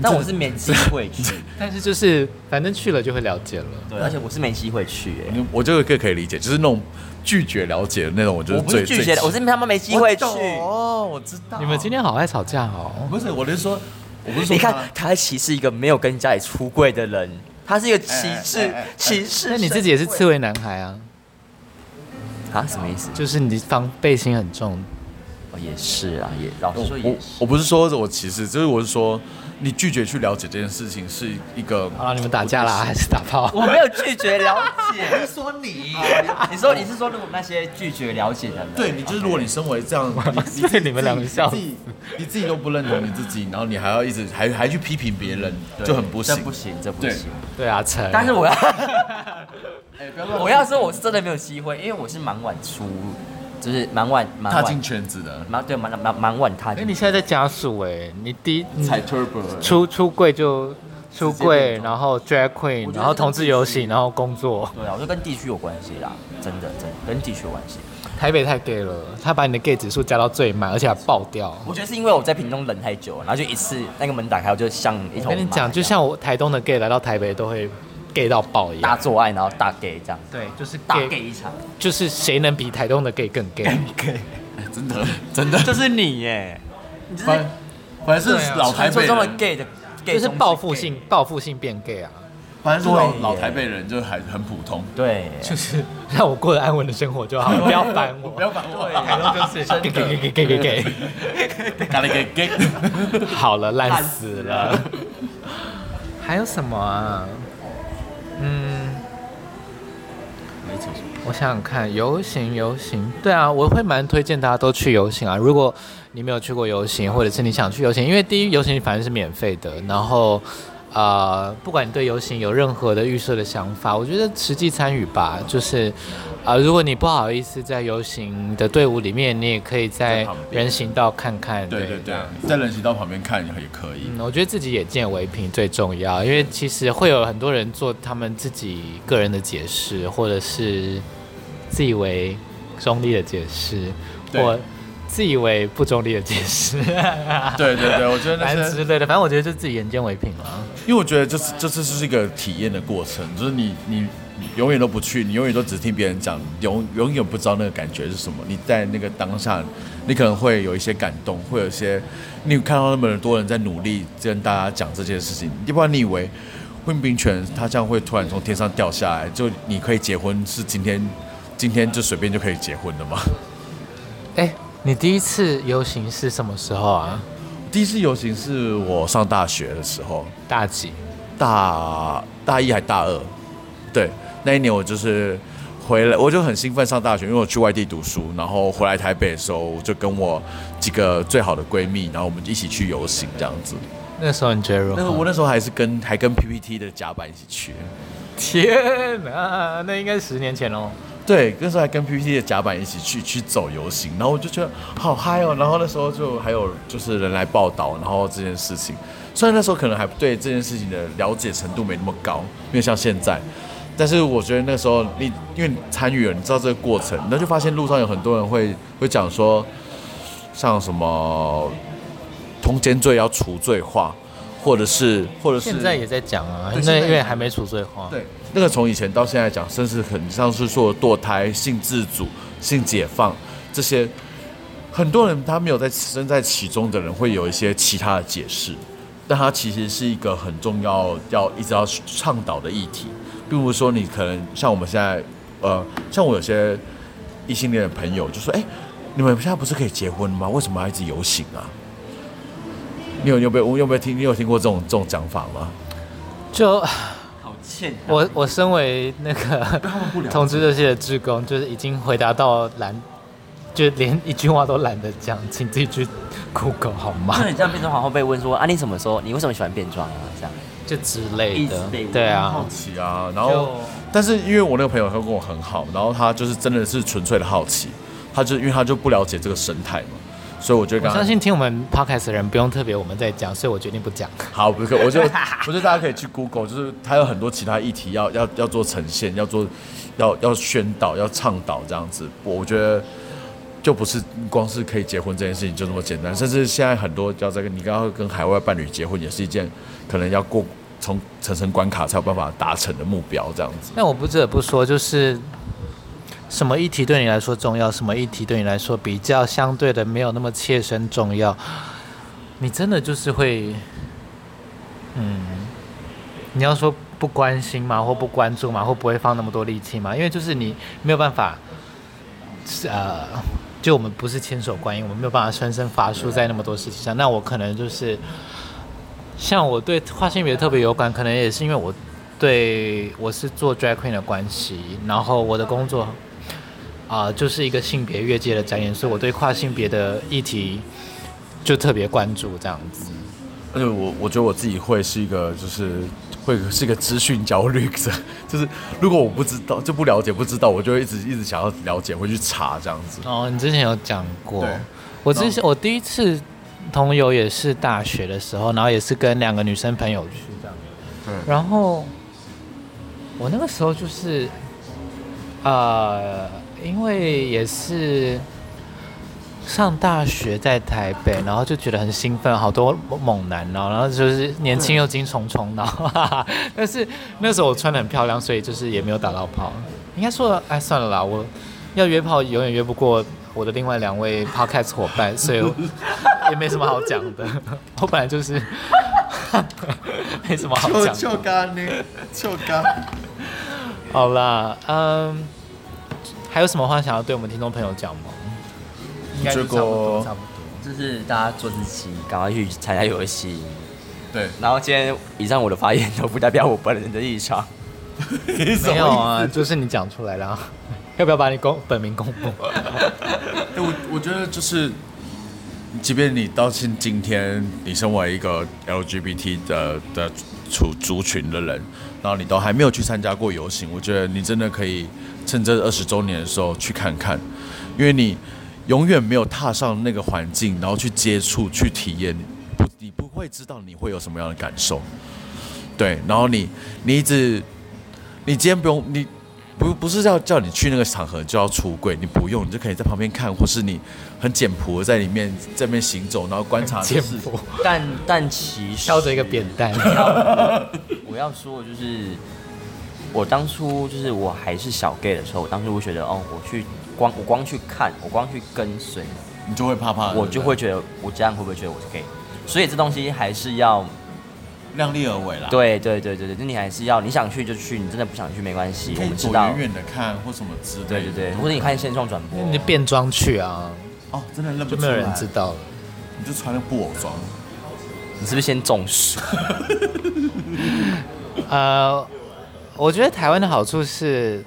[SPEAKER 3] 但我是没机会去，
[SPEAKER 1] 但是就是反正去了就会了解了。
[SPEAKER 3] 对，而且我是没机会去哎。
[SPEAKER 2] 我这个更可以理解，就是那种拒绝了解的那种，我就是
[SPEAKER 3] 我不是
[SPEAKER 2] 最
[SPEAKER 3] 拒绝的，
[SPEAKER 2] 最
[SPEAKER 3] 我是他妈没机会去。
[SPEAKER 2] 哦，我知道。
[SPEAKER 1] 你们今天好爱吵架哦！
[SPEAKER 3] 嗯
[SPEAKER 2] 不是，我是说，我不是说
[SPEAKER 3] 你
[SPEAKER 2] 他
[SPEAKER 3] 看，凯奇是一个没有跟家里出柜的人，他是一个歧
[SPEAKER 2] 哎哎
[SPEAKER 3] 视
[SPEAKER 2] 哎哎
[SPEAKER 3] 歧视。
[SPEAKER 1] 那你自己也是刺猬男孩啊，
[SPEAKER 3] 啊？什么意思？
[SPEAKER 1] 就是你防备心很重。
[SPEAKER 3] 哦，也是啊，也老实说
[SPEAKER 2] 我
[SPEAKER 3] 也是。
[SPEAKER 2] 我不是说我歧视，就是我是说，你拒绝去了解这件事情是一个。
[SPEAKER 1] 好了，啊你们打架啦，还是打炮？
[SPEAKER 3] 我没有拒绝了解。
[SPEAKER 2] 说你
[SPEAKER 3] 你说你是说如果那些拒绝了解的人，
[SPEAKER 2] 对你就是，如果你身为这 样，你自己
[SPEAKER 1] 对你们两个笑
[SPEAKER 2] 你自己你自己都不认同你自己，然后你还要一直还还去批评别人，就很不行
[SPEAKER 3] 这。不行，这不
[SPEAKER 2] 对
[SPEAKER 3] 行。
[SPEAKER 1] 对啊，成。
[SPEAKER 3] 但是我要，
[SPEAKER 2] 哎不要乱
[SPEAKER 3] 我要说我是真的没有机会，因为我是蛮晚出，就是蛮晚蛮
[SPEAKER 2] 哎踏进
[SPEAKER 3] 晚
[SPEAKER 2] 圈子的，
[SPEAKER 3] 蛮对蛮蛮蛮晚踏
[SPEAKER 1] 哎，
[SPEAKER 3] 进
[SPEAKER 1] 你。现在在加速哎，你第一你
[SPEAKER 2] turbo，
[SPEAKER 1] 出出柜就出
[SPEAKER 3] 直接
[SPEAKER 1] 柜，
[SPEAKER 3] 变
[SPEAKER 1] 然后 drag
[SPEAKER 3] 我觉
[SPEAKER 1] queen，
[SPEAKER 3] 得
[SPEAKER 1] 然后同志游
[SPEAKER 3] 这
[SPEAKER 1] 戏，
[SPEAKER 3] 个
[SPEAKER 1] 然后工作。
[SPEAKER 3] 对啊，我说跟地区有关系啦，真的真的跟地区有关系。
[SPEAKER 1] 台北太 gay 了，他把你的 gay 指数加到最满，而且还爆掉。
[SPEAKER 3] 我觉得是因为我在屏东忍太久，然后就一次那个门打开，我就像一
[SPEAKER 1] 我
[SPEAKER 3] 头马
[SPEAKER 1] 跟
[SPEAKER 3] 一样。
[SPEAKER 1] 你讲，就像我台东的 gay 来到台北都会 gay 到爆一
[SPEAKER 3] 大
[SPEAKER 1] 样。
[SPEAKER 3] 做爱，然后大 gay 这样，
[SPEAKER 1] 对，就是
[SPEAKER 3] 大
[SPEAKER 1] gay，
[SPEAKER 3] gay 一场，
[SPEAKER 1] 就是谁能比台东的 gay 更 gay？
[SPEAKER 2] 真的真的，
[SPEAKER 3] 就是你耶，你就是
[SPEAKER 2] 反反正
[SPEAKER 1] 对
[SPEAKER 2] 是
[SPEAKER 1] 啊
[SPEAKER 2] 老台
[SPEAKER 3] 传说
[SPEAKER 2] 北
[SPEAKER 3] 中的
[SPEAKER 2] 人，
[SPEAKER 3] gay 的 gay
[SPEAKER 1] 就是
[SPEAKER 3] 中
[SPEAKER 1] 报复性，报复性变 gay 啊，
[SPEAKER 2] 反正是老
[SPEAKER 3] 对耶
[SPEAKER 2] 老台北人就还很普通。
[SPEAKER 3] 对，
[SPEAKER 1] 就是让我过得安稳的生活就好，不要烦我。
[SPEAKER 2] 不要烦我，
[SPEAKER 1] 台东就是 gay gay gay gay gay gay gay，
[SPEAKER 2] 咖喱给给，
[SPEAKER 1] 好了，烂死了。还有什么啊？嗯，
[SPEAKER 3] 没错，
[SPEAKER 1] 我想想看，游行游行，对啊，我会蛮推荐大家都去游行啊。如果你没有去过游行，或者是你想去游行，因为第一游行反正是免费的，然后呃，不管你对游行有任何的预设的想法，我觉得实际参与吧，就是啊、呃如果你不好意思在游行的队伍里面，你也可以
[SPEAKER 2] 在
[SPEAKER 1] 在
[SPEAKER 2] 旁边
[SPEAKER 1] 人行道看看，
[SPEAKER 2] 对对对
[SPEAKER 1] 这样，
[SPEAKER 2] 在人行道旁边看也可以。
[SPEAKER 1] 嗯，我觉得自己眼见为凭最重要，因为其实会有很多人做他们自己个人的解释，或者是自以为中立的解释，
[SPEAKER 2] 对
[SPEAKER 1] 或自以为不中立的解 释，
[SPEAKER 2] 对对对，我觉得那
[SPEAKER 1] 嗯反
[SPEAKER 2] 些
[SPEAKER 1] 正之类的。反正我觉得就自己眼见为凭了。
[SPEAKER 2] 因为我觉得就是这次是一个体验的过程，就是你你你永远都不去，你永远都只听别人讲，永永远不知道那个感觉是什么。你在那个当下，你可能会有一些感动，会有一些你看到那么多人在努力跟大家讲这件事情，要不然你以为温冰泉它这样会突然从天上掉下来，就你可以结婚是今天今天就随便就可以结婚的吗？
[SPEAKER 1] 哎，你第一次游行是什么时候啊？
[SPEAKER 2] 第一次游行是我上大学的时候，
[SPEAKER 1] 大几？
[SPEAKER 2] 大大一还大二，对，那一年我就是回来，我就很兴奋上大学，因为我去外地读书，然后回来台北的时候，我就跟我几个最好的闺蜜，然后我们一起去游行这样子。
[SPEAKER 1] 那时候你觉得如
[SPEAKER 2] 那个我
[SPEAKER 1] 何？
[SPEAKER 2] 那时候还是跟还跟 PPT 的甲板一起去，
[SPEAKER 1] 天哪，那应该十年前哦。
[SPEAKER 2] 对，那时候还跟 PPT 的甲板一起去去走游行，然后我就觉得好嗨哦，然后那时候就还有就是人来报道，然后这件事情，虽然那时候可能还对这件事情的了解程度没那么高，没有像现在，但是我觉得那时候你因为你参与了，你知道这个过程，那就发现路上有很多人会会讲说，像什么通奸罪要除罪化，或者是或者是
[SPEAKER 1] 现在也在讲啊，
[SPEAKER 2] 对现
[SPEAKER 1] 那
[SPEAKER 2] 在
[SPEAKER 1] 因
[SPEAKER 2] 也
[SPEAKER 1] 为还没处罪化。
[SPEAKER 2] 对，那个从以前到现在讲，甚至很像是说堕胎、性自主、性解放这些，很多人他没有在身在其中的人会有一些其他的解释，但它其实是一个很重要要一直要倡导的议题，并不是说你可能像我们现在，呃，像我有些异性恋的朋友就说，哎、你们现在不是可以结婚了吗？为什么要一直游行啊？你有你有没有你有没有听你有听过这种这种讲法吗？
[SPEAKER 1] 就
[SPEAKER 3] 好欠啊
[SPEAKER 1] 我我身为那个同志热线的志工，就是已经回答到懒，就连一句话都懒得讲，请自己去 Google 好吗
[SPEAKER 3] 就？你这样变装皇后被问说啊，你什么时候，你为什么喜欢变装啊？这样，
[SPEAKER 1] 就之类的
[SPEAKER 3] 一直被，问
[SPEAKER 1] 对
[SPEAKER 2] 好
[SPEAKER 1] 啊，
[SPEAKER 2] 奇啊，然
[SPEAKER 1] 就
[SPEAKER 2] 后但是因为我那个朋友他跟我很好，然后他就是真的是纯粹的好奇，他就因为他就不了解这个生态嘛，所以我就
[SPEAKER 1] 我
[SPEAKER 2] 跟他
[SPEAKER 1] 相信听我们 podcast 的人不用特别我们在讲，所以我决定不讲。
[SPEAKER 2] 好，不是，我就我觉得大家可以去 Google，就是它有很多其他议题要要要做呈现，要做要要宣导，要倡导这样子。我我觉得就不是光是可以结婚这件事情就那么简单，甚至现在很多要在跟你刚刚跟海外伴侣结婚，也是一件可能要过从层层关卡才有办法达成的目标这样子。
[SPEAKER 1] 那我不得不说，就是什么议题对你来说重要，什么议题对你来说比较相对的没有那么切身重要，你真的就是会，嗯，你要说不关心嘛，或不关注嘛，或不会放那么多力气嘛，因为就是你没有办法，是呃，就我们不是千手观音，我们没有办法全身法术在那么多事情上。那我可能就是，像我对跨性别特别有感，可能也是因为我对我是做 drag queen 的关系，然后我的工作啊、就是一个性别越界的展演，所以我对跨性别的议题就特别关注这样子。
[SPEAKER 2] 而且我我觉得我自己会是一个，就是会是一个资讯焦虑者，就是如果我不知道就不了解不知道，我就会一直一直想要了解，会去查这样子。
[SPEAKER 1] 哦，你之前有讲过
[SPEAKER 2] 对，
[SPEAKER 1] 我之前我第一次同游也是大学的时候，然后也是跟两个女生朋友去这样，
[SPEAKER 2] 对
[SPEAKER 1] 然后我那个时候就是，呃，因为也是上大学在台北，然后就觉得很兴奋，好多猛男哦，然后就是年轻又精虫虫脑，但是那时候我穿的很漂亮，所以就是也没有打到炮。应该说，哎，算了啦，我要约炮永远约不过我的另外两位 podcast 伙伴，所以我也没什么好讲的。我本来就是没什么好讲的。
[SPEAKER 2] 干呢，就干。
[SPEAKER 1] 好啦，嗯，还有什么话想要对我们听众朋友讲吗？应该就差不多，差不多。
[SPEAKER 3] 就是大家做自己，赶快去参加游戏。
[SPEAKER 2] 对，
[SPEAKER 3] 然后今天以上我的发言都不代表我本人的立场。
[SPEAKER 1] 没有啊，就是你讲出来啦。 要不要把你公本名公布？
[SPEAKER 2] 哎、我我觉得就是，即便你到现今天，你身为一个 LGBT 的的族族群的人，然后你都还没有去参加过游行，我觉得你真的可以趁这二十周年的时候去看看，因为你永远没有踏上那个环境，然后去接触、去体验，不，你不会知道你会有什么样的感受。对，然后你你一直，你今天不用你。不不是要叫你去那个场合就要出柜，你不用，你就可以在旁边看，或是你很简朴地在里面这边行走，然后观察这
[SPEAKER 1] 简
[SPEAKER 2] 世界。
[SPEAKER 1] 朴，
[SPEAKER 3] 但但其实
[SPEAKER 1] 挑着一个扁担。
[SPEAKER 3] 我要说的就是，我当初就是我还是小 gay 的时候，我当初会觉得哦，我去光我光去看，我光去跟随，
[SPEAKER 2] 你就会怕怕的，
[SPEAKER 3] 我就
[SPEAKER 2] 对不对
[SPEAKER 3] 会觉得我这样会不会觉得我是 gay？所以这东西还是要
[SPEAKER 2] 量力而为啦。，
[SPEAKER 3] 对对对对对，就你还是要你想去就去，你真的不想去没关系，
[SPEAKER 2] 可
[SPEAKER 3] 我
[SPEAKER 2] 以
[SPEAKER 3] 们知
[SPEAKER 2] 走
[SPEAKER 3] 道
[SPEAKER 2] 远。远的看或什么之类的。
[SPEAKER 3] 对对对，或者你看现状转播，
[SPEAKER 1] 你就变装去啊，
[SPEAKER 2] 哦，真的认不
[SPEAKER 1] 就
[SPEAKER 2] 出
[SPEAKER 1] 没
[SPEAKER 2] 来
[SPEAKER 1] 有人知，道了。
[SPEAKER 2] 你就穿了布偶装。
[SPEAKER 3] 你是不是先中暑？
[SPEAKER 1] 呃，我觉得台湾的好处是，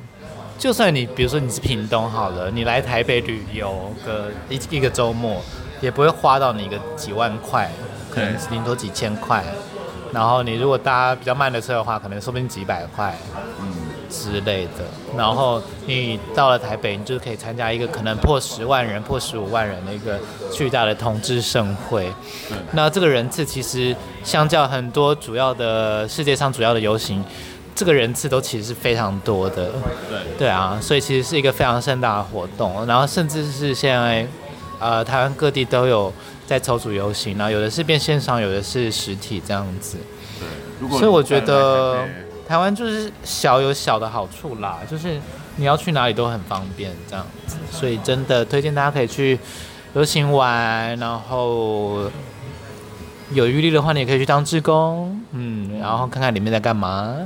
[SPEAKER 1] 就算你比如说你是屏东好了，你来台北旅游个一一个周末，也不会花到你个几万块，可能
[SPEAKER 2] 对
[SPEAKER 1] 顶多几千块。然后你如果搭比较慢的车的话，可能说不定几百块之类的。然后你到了台北，你就可以参加一个可能破十万人、破十五万人的一个巨大的同志盛会。那这个人次其实相较很多主要的世界上主要的游行，这个人次都其实是非常多的。
[SPEAKER 2] 对，
[SPEAKER 1] 对啊，所以其实是一个非常盛大的活动，然后甚至是现在，呃，台湾各地都有在筹组游行，然啊后有的是变线上，有的是实体这样子。
[SPEAKER 2] 如果
[SPEAKER 1] 所以我
[SPEAKER 2] 你带
[SPEAKER 1] 觉
[SPEAKER 2] 来
[SPEAKER 1] 得
[SPEAKER 2] 台北
[SPEAKER 1] 台湾就是小有小的好处啦，就是你要去哪里都很方便这样子，所以真的推荐大家可以去游行玩，然后有余力的话，你也可以去当志工，嗯，然后看看里面在干嘛。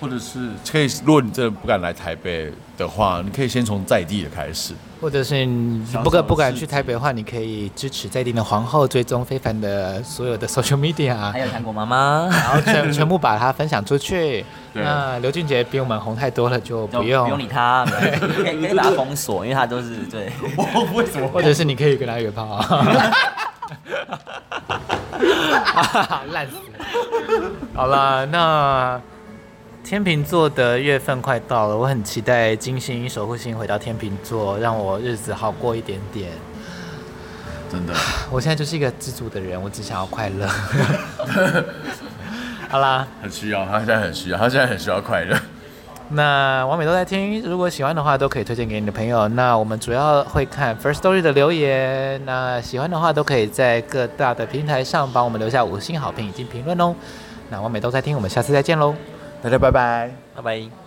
[SPEAKER 2] 或者是可以，如果你真的不敢来台北的话，你可以先从在地的开始。
[SPEAKER 1] 或者是你
[SPEAKER 2] 享
[SPEAKER 1] 不
[SPEAKER 2] 受
[SPEAKER 1] 敢不敢
[SPEAKER 2] 市
[SPEAKER 1] 去
[SPEAKER 2] 集
[SPEAKER 1] 台北的话，你可以支持在地的皇后，追踪非凡的所有的 social media，啊
[SPEAKER 3] 还有韩国妈妈，
[SPEAKER 1] 然后全 全部把它分享出去。
[SPEAKER 2] 对
[SPEAKER 1] 那刘俊杰比我们红太多了，就不用。
[SPEAKER 3] 不用理他，没关系可以可以把他封锁，因为他都是对。
[SPEAKER 2] 为什么？
[SPEAKER 1] 或者是你可以跟他约炮啊。烂死了！好啦，那天秤座的月份快到了，我很期待金星与守护星回到天秤座，让我日子好过一点点。
[SPEAKER 2] 真的，
[SPEAKER 1] 我现在就是一个知足的人，我只想要快乐。 好啦，
[SPEAKER 2] 很需要，他现在很需要，他现在很需要快乐。
[SPEAKER 1] 那完美都在听，如果喜欢的话都可以推荐给你的朋友。那我们主要会看 First Story 的留言，那喜欢的话都可以在各大的平台上帮我们留下五星好评以及评论哦。那完美都在听，我们下次再见喽。
[SPEAKER 2] 大家拜拜。
[SPEAKER 3] 拜拜。